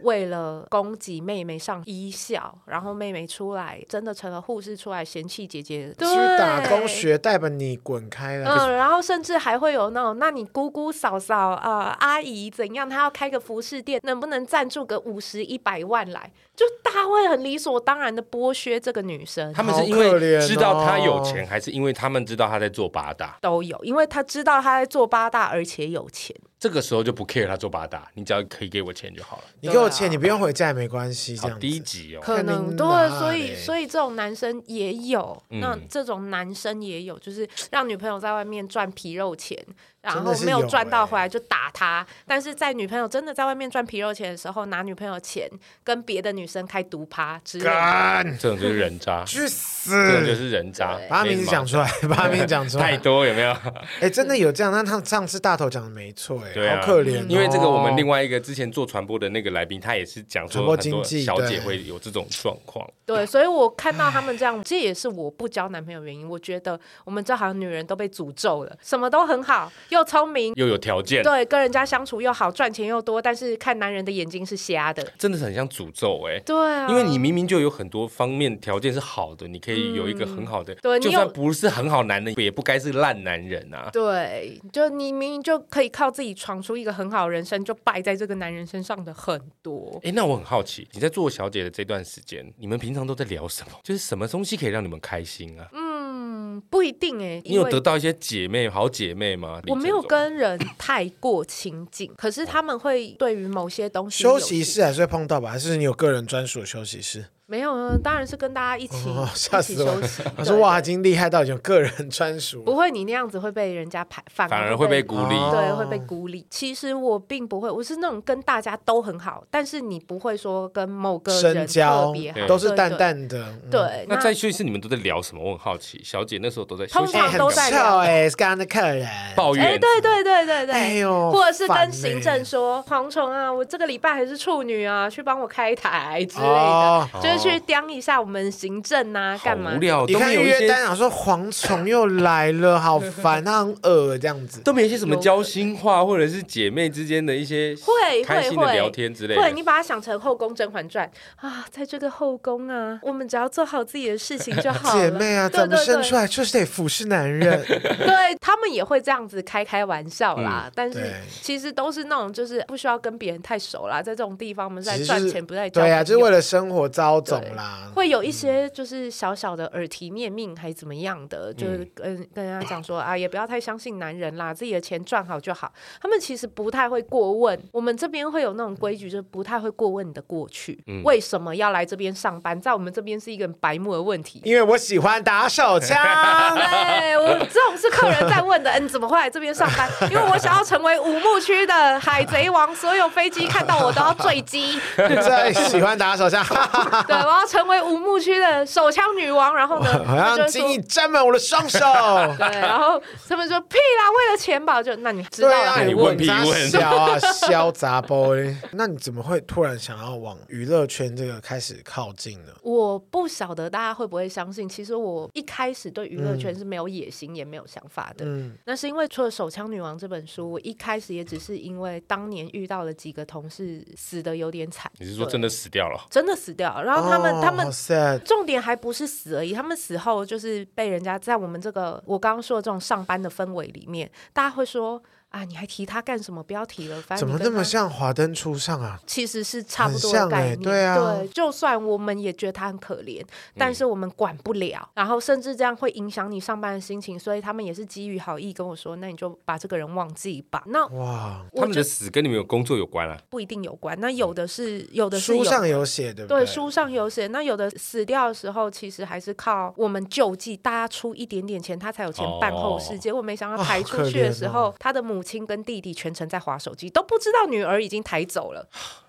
S3: 为了供给妹妹上医校，然后妹妹出来真的成了护士，出来嫌弃姐姐，
S2: 去打工
S3: 对
S2: 学代吧，你滚开了！
S3: 嗯，然后甚至还会有那种，那你姑姑、嫂嫂、呃阿姨怎样，她要开个服饰店，能不能赞助个五十、一百万来？就大家会很理所当然的剥削这个女生
S1: 他，们是因
S2: 好可
S1: 为
S2: 怜哦
S1: 知道他有钱，还是因为他们知道他在做八大？
S3: 都有，因为她知道她在做八大，而且有钱，
S1: 这个时候就不 care 他做八大，你只要可以给我钱就好了。
S2: 你给我
S3: 对
S2: 钱，
S3: 啊
S2: 你不用回家也没关系，这
S1: 好
S2: 样
S1: 低
S2: 子。
S1: 级哦，
S3: 可能对
S2: 看你，哪
S3: 所
S2: 嘞
S3: 以所以这种男生也有，那
S1: 嗯
S3: 这种男生也有，就是让女朋友在外面赚皮肉钱，然
S2: 真
S3: 后
S2: 的是
S3: 没有
S2: 有
S3: 赚到
S2: 欸
S3: 回来就打他。但是在女朋友真的在外面赚皮肉钱的时候，拿女朋友钱跟别的女生开毒趴之类的，
S2: 干，
S1: 这种就是人
S2: *laughs*
S1: 渣，
S2: 去
S1: 啊这种就
S2: 死！
S1: 是人渣。
S2: 把他名字讲出来，把他名字讲 *laughs* 出
S1: 太
S2: 来。
S1: 多有
S3: *laughs*
S1: 没有？
S2: 哎，真的有这样，但他上次大头讲的没错，
S1: 对
S2: 哎，
S1: 啊
S2: 好可
S3: 嗯
S2: 怜哦。
S1: 因为这个，我们另外一个之前做传播的那个来宾，他也是讲说
S2: 传播
S1: 很多
S2: 经济
S1: 小姐
S2: 对
S1: 会有这种状况。
S3: 对，所以我看到他们这样，这也是我不交男朋友的原因。我觉得我们这行女人都被诅咒了，什么都很好，又聪明，
S1: 又有条件，
S3: 对，跟人家相处又好，赚钱又多，但是看男人的眼睛是瞎的。
S1: 真的是很像诅咒哎、
S3: 对啊，
S1: 因为你明明就有很多方面条件是好的，你可以有一个很好的，
S3: 嗯对你
S1: 就算
S3: 有
S1: 不是很好男人，也不该是烂男人
S2: *laughs*
S1: 啊。
S3: 对，就你明明就可以靠自己闯出一个很好的人生，就败在这个男人身上的很多。
S1: 哎，那我很好奇，你在做小姐的这段时间，你们平常都在聊什么？就是什么东西可以让你们开心啊？
S3: 嗯，不一定哎、
S1: 你
S3: 因
S1: 有
S3: 为
S1: 得到一些姐妹、好姐妹吗？李
S3: 我没
S1: 正
S3: 有
S1: 中
S3: 跟人太过亲近，可是他们会对于某些东西
S2: 休
S3: 有
S2: 息
S3: 兴
S2: 室还是会碰到吧？还是你有个人专属的休息室？
S3: 没有啊，当然是跟大家一起、
S2: 哦吓
S3: 一起
S2: 死我
S3: 休息。
S2: 他
S3: 对
S2: 说：“哇，已经厉害到有个人专属。”
S3: 不会，你那样子会被人家排，反
S1: 反而会
S3: 会
S1: 被孤立。
S2: 哦
S3: 对，会被孤立。其实我并不会，我是那种跟大家都很好，但是你不会说跟某个
S2: 深
S3: 人特
S2: 交
S3: 别好，
S2: 都是
S3: 对
S2: 淡。
S3: 对
S2: 淡的，嗯
S3: 对，
S1: 那在休息室你们都在聊什么？我很好奇，小姐那时候都在休
S3: 通
S1: 息
S3: 常
S1: 室
S2: 很
S3: 都在
S2: 臭
S3: 聊
S2: 哎，是刚刚的客人，
S1: 抱怨，
S3: 哎、对对对对对，
S2: 哎呦
S3: 或者是
S2: 烦
S3: 跟
S2: 呢
S3: 行政说蝗虫啊，我这个礼拜还是处女啊，去帮我开台之类的，
S2: 哦
S3: 就是去刁一下我们行政啊，
S1: 好
S3: 干嘛
S1: 无？聊，
S2: 你
S1: 哦都
S2: 看
S1: 没有
S2: 预
S1: 一
S2: 约
S1: 些
S2: 单，想说蝗虫又来了，
S1: *laughs*
S2: 好烦，他很恶这样子。
S1: 都没有一些什么交心话，或者是姐妹之间的一些
S3: 会
S1: 开
S3: 会
S1: 心的
S3: 会
S1: 聊天之类
S3: 会，
S1: 的。
S3: 你把它想成后宫《甄嬛传》啊，在这个后宫啊，我们只要做好自己的事情就好
S2: *laughs*
S3: 了。
S2: 姐妹啊，
S3: 对
S2: 怎么
S3: 对
S2: 生
S3: 对
S2: 出来就是得服侍男人？
S3: *laughs* 对他们也会这样子开开玩笑啦，但是
S2: 嗯对
S3: 其实都是那种就是不需要跟别人太熟啦，在这种地方我们在
S2: 其实
S3: 赚
S2: 就是
S3: 钱，不是在交
S2: 对啊，就是
S3: 朋友
S2: 为了生活遭种啦。
S3: 会有一些就是小小的耳提面命还怎么样的，就是
S2: 嗯
S3: 跟跟人家讲说啊，也不要太相信男人啦，自己的钱赚好就好。他们其实不太会过问，我们这边会有那种规矩，就是不太会过问你的过去，
S2: 嗯
S3: 为什么要来这边上班，在我们这边是一个很白目的问题。
S2: 因为我喜欢打手枪，
S3: *laughs* 对我这种是客人在问的，嗯， *laughs* 你怎么会来这边上班？因为我想要成为五幕区的海贼王，所有飞机看到我都要坠机。
S2: 最喜欢打手枪，哈哈哈
S3: 对，我要成为五幕区的手枪女王。然后呢，
S2: *laughs* 好
S3: 他
S2: 像
S3: 们就
S2: 金
S3: 会
S2: 翼
S3: 说
S2: 沾满我的双手。 *laughs*
S3: 对，然后他们说屁啦，为了钱吧，我就那你 *laughs* 知道
S2: 对
S3: 了
S2: 啊，
S1: 你
S3: 还
S1: 问
S3: 问？
S1: 屁
S2: 啥
S1: 问
S2: 小啊，小杂 boy。那你怎么会突然想要往娱乐圈这个开始靠近呢？
S3: 我不晓得大家会不会相信，其实我一开始对娱乐圈是没有野心，也没有想法的。
S2: 嗯，
S3: 那是因为除了《手枪女王》这本书，我一开始也只是因为当年遇到了几个同事死的有点惨，
S1: 你是说
S3: 对
S1: 真的死掉了？
S3: 真的死掉了，然后他们、
S2: 哦
S3: 他们
S2: 好 sad
S3: 重点还不是死而已，他们死后就是被人家在我们这个我刚刚说的这种上班的氛围里面，大家会说啊，你还提他干什么？不要提了，反
S2: 怎
S3: 正你
S2: 么
S3: 跟
S2: 那么
S3: 他
S2: 像《华灯初上》啊？
S3: 其实是差不多
S2: 很
S3: 的
S2: 像
S3: 概
S2: 欸
S3: 念，
S2: 对啊
S3: 就算我们也觉得他很可怜，
S1: 嗯
S3: 但是我们管不了，然后甚至这样会影响你上班的心情，所以他们也是基于好意跟我说，那你就把这个人忘记吧。那
S2: 哇，
S1: 他
S3: 我
S1: 们
S3: 觉
S1: 的
S3: 得
S1: 死跟你们有工作有关啊？
S3: 不一定有关，那有的是有的是
S2: 书
S3: 有
S2: 上有写，对不
S3: 对，
S2: 对？
S3: 书上有写，那有的死掉的时候，其实还是靠我们救济，大家出一点点钱，他才有钱办后事。
S1: 哦
S3: 结果没想
S2: 啊
S3: 到抬
S2: 可
S3: 出去的
S2: 怜
S3: 时
S2: 哦
S3: 候，他的母亲跟弟弟全程在划手机，都不知道女儿已经抬走了。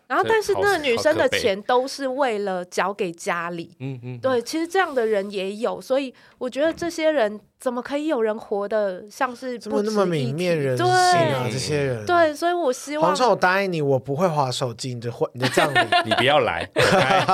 S3: 然后，
S1: 这
S3: 但是
S1: 好
S3: 那
S1: 可
S3: 女生
S1: 好
S3: 的
S1: 可悲
S3: 钱都是为了缴给家里。
S1: 嗯
S3: *laughs*
S1: 嗯，
S3: 对，其实这样的人也有，所以我觉得这些人怎么可以有人活得像是
S2: 怎
S3: 不
S2: 么那
S3: 值
S2: 么
S3: 一
S2: 泯灭
S3: 提
S2: 人性啊？
S3: 对
S2: 这些人。
S3: 对，所以我希望
S2: 皇上，我答应你，我不会划手机，你的婚你的葬礼
S1: 你不要来，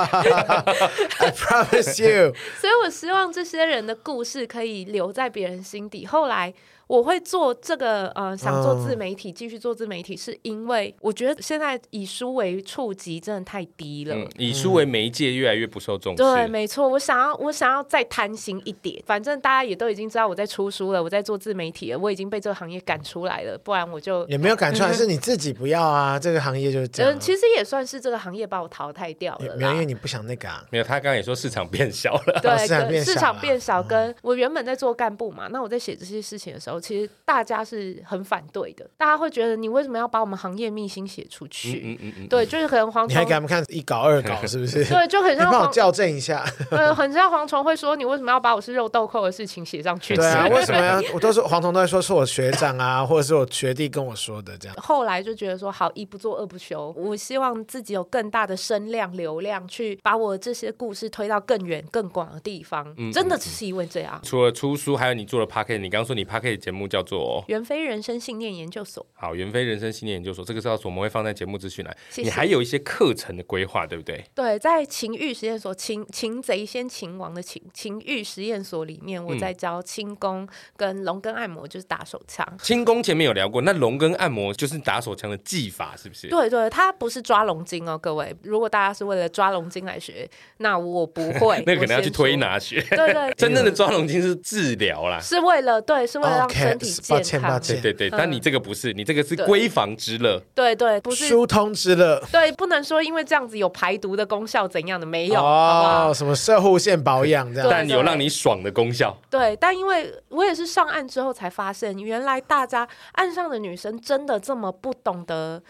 S2: ，I *laughs* promise you。
S3: 所以我希望这些人的故事可以留在别人心底。后来我会做这个，呃，想做
S2: 嗯
S3: 自媒体，继续做自媒体，是因为我觉得现在以书为触及真的太低了。
S1: 嗯，以书为媒介越来越不受重视。
S3: 对，没错，我想要，我想要再贪心一点。反正大家也都已经知道我在出书了，我在做自媒体了，我已经被这个行业赶出来了，不然我就
S2: 也没有赶出来，是你自己不要啊。这个行业就是这样
S3: 嗯， *laughs*
S2: 啊，
S3: 其实也算是这个行业把我淘汰掉
S2: 也
S3: 了
S2: 没有，因
S3: 啦
S2: 为。你不想那个啊。
S1: 没有，他刚刚也说市场变小了。
S3: 对，
S2: 市场
S3: 跟
S2: 变
S3: 市
S2: 小嗯
S3: 场
S2: 啦
S3: 变小，跟我原本在做干部嘛，那我在写这些事情的时候，哦，其实大家是很反对的，大家会觉得你为什么要把我们行业秘辛写出去？
S1: 嗯嗯嗯，
S3: 对，就是可能蝗
S2: 你还给他们
S3: 虫，
S2: 看一稿二稿是不是？ *laughs* 你
S3: 对，就很像
S2: 帮我
S3: 蝗，
S2: 校正一
S1: *laughs*
S2: 下。
S3: 呃，很像蝗虫会说你为什么要把我是肉豆蔻的事情写上去？
S2: 对啊，为什么要？我都是黄铜都在说是我学长啊，或者是我学弟跟我说的这样。
S3: *laughs* 后来就觉得说，好，一不做二不休。我希望自己有更大的声量、流量，去把我这些故事推到更远、更广的地方。
S1: 嗯
S3: 真的只是因为这样。
S1: 除了出书，还有你做了 p a c k e t 你刚刚说你 p a c k e t 节目叫做
S3: 袁飞人生信念研究所，
S1: 好袁飞人生信念研究所，这个是要我们会放在节目资讯栏。
S3: 谢谢
S1: 你还有一些课程的规划，对不
S3: *laughs*
S1: 对？
S3: 对，在情欲实验所，情情贼先秦王的情情欲实验所里面，我
S1: 嗯
S3: 在教轻功跟龙根按摩，就是打手枪。
S1: 轻功前面有聊过，那龙跟按摩就是打手枪的技法，是不是？，
S3: 对对，它不是抓龙筋哦，各位。如果大家是为了抓龙筋来学，那我不会
S1: *laughs* 那个可能要
S3: 我先
S1: 去推
S3: 说。
S1: 拿学。
S3: 对对，
S1: *laughs* 真正的抓龙筋是治疗啦，
S3: 是为了对，是为了让
S2: 哦 OK，
S3: 身体
S2: 抱
S3: 健
S2: 歉
S3: 康。
S2: 抱歉
S1: 对对对，
S3: 嗯
S1: 但你这个不是，你这个是
S3: 对
S1: 闺房之乐。
S3: 对对，不是
S2: 疏通之乐
S3: 对，不能说因为这样子有排毒的功效怎样的，没有，好不好？
S2: 哦，什么射护线保养这样。
S3: 对
S1: 但有让你爽的功效，
S3: 对，但因为我也是上岸之后才发现，原来大家岸上的女生真的这么不懂得。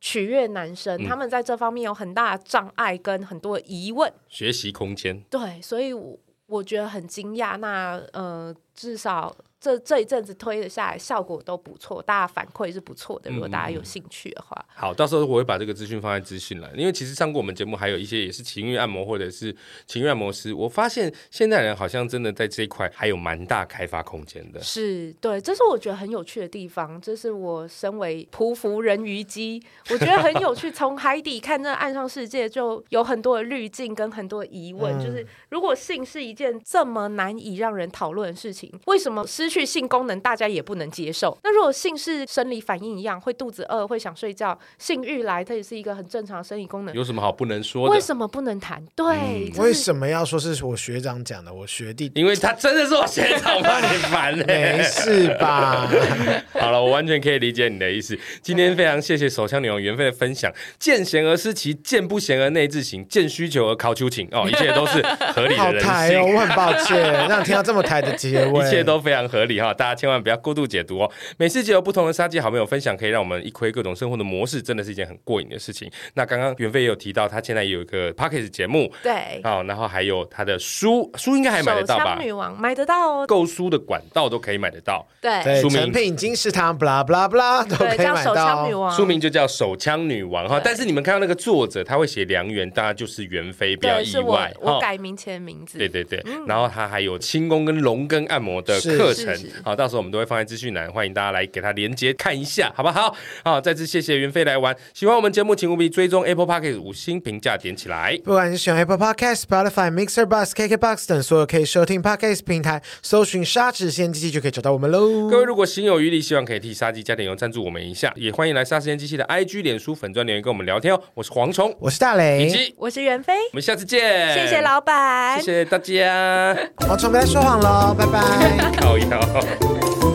S3: 取悦男生，
S1: 嗯
S3: 他们在这方面有很大的障碍跟很多疑问，
S1: 学习空间。
S3: 对，所以我我觉得很惊讶。那呃，至少这这一阵子推了下来，效果都不错，大家反馈是不错的。如果大家有兴趣的话，
S1: 好，到时候我会把这个资讯放在资讯栏，因为其实上过我们节目还有一些也是情欲按摩或者是情欲按摩师，我发现现代人好像真的在这一块还有蛮大开发空间的。
S3: 是对，这是我觉得很有趣的地方。这是我身为匍匐人鱼姬，我觉得很有趣。 *laughs* 从海底看这岸上世界，就有很多的滤镜跟很多疑问。
S1: 嗯
S3: 就是如果性是一件这么难以让人讨论的事情，为什么失去性功能大家也不能接受？那如果性是生理反应一样，会肚子饿，会想睡觉，性欲来，它也是一个很正常的生理 *laughs* 功能。
S1: 有什么好不能说
S3: 为
S1: 的？嗯
S3: 什么不能谈？对，
S2: *laughs*
S3: 这
S2: 为
S3: 是
S2: 什么要说是我学长讲的？我学
S1: *laughs*
S2: 弟
S1: 因为他真的是我学长，我怕你烦嘞、
S2: *laughs* 没事吧？
S1: 好了，我完全可以理解你的意思。今天非常谢谢手枪女王袁飞的分享，见贤而思齐，见不贤而内自省，见需求而考求情哦，一切都是合理
S2: 好
S1: 的人
S2: 台哦，
S1: 性。
S2: 我很抱歉
S1: *laughs*
S2: 让你听到这么台的结尾。
S1: 一切都非常合理哈，大家千万不要过度解读哦。每次就有不同的杀鸡好朋友分享，可以让我们一窥各种生活的模式，真的是一件很过瘾的事情。那刚刚袁飞也有提到，他现在有一个 p o c k e t 节目
S3: 对。
S1: 哦，然后还有他的书，书应该还买得
S3: 手
S1: 到吧
S3: 枪？女王买得到哦，
S1: 购书的管道都可以买得到，
S3: 对
S2: 对，
S1: 书名
S2: 成品金石堂，布拉布拉布拉都可
S3: 对，
S2: 以
S3: 叫
S2: 买
S3: 手
S2: 到
S3: 枪女
S2: 哦。
S3: 王，
S1: 书名就叫《手枪女王》哈。
S3: 对
S1: 但是你们看到那个作者，他会写梁元，大家就是袁飞，不要
S3: 对，
S1: 意
S3: 是我
S1: 外
S3: 我
S1: 哈。
S3: 改名前名字。
S1: 对对对，然后他还有轻功跟龙根按摩的
S2: 是
S1: 课程
S3: 是是，
S1: 好，到时候我们都会放在资讯栏，欢迎大家来给他连接看一下，好不好？好，再次谢谢袁飞来玩，喜欢我们节目，请务必追踪 Apple Podcast 五星评价点起来。
S2: 不管你是使用 Apple Podcast、Spotify、Mixer、Bus、KKBox 等所有可以收听 Podcast 平台，搜寻“沙纸仙机器”就可以找到我们喽。
S1: 各位如果心有余力，希望可以替杀鸡加点油赞助我们一下，也欢迎来杀时间机器的 IG、脸书粉专留言跟我们聊天哦。我是蝗虫，
S2: 我是大雷
S1: 以，及
S3: 我是袁飞，
S1: 我们下次见，
S3: 哎谢谢老板，
S1: 谢谢大家，
S2: 蝗虫不要说谎喽，拜拜。
S1: 靠腰。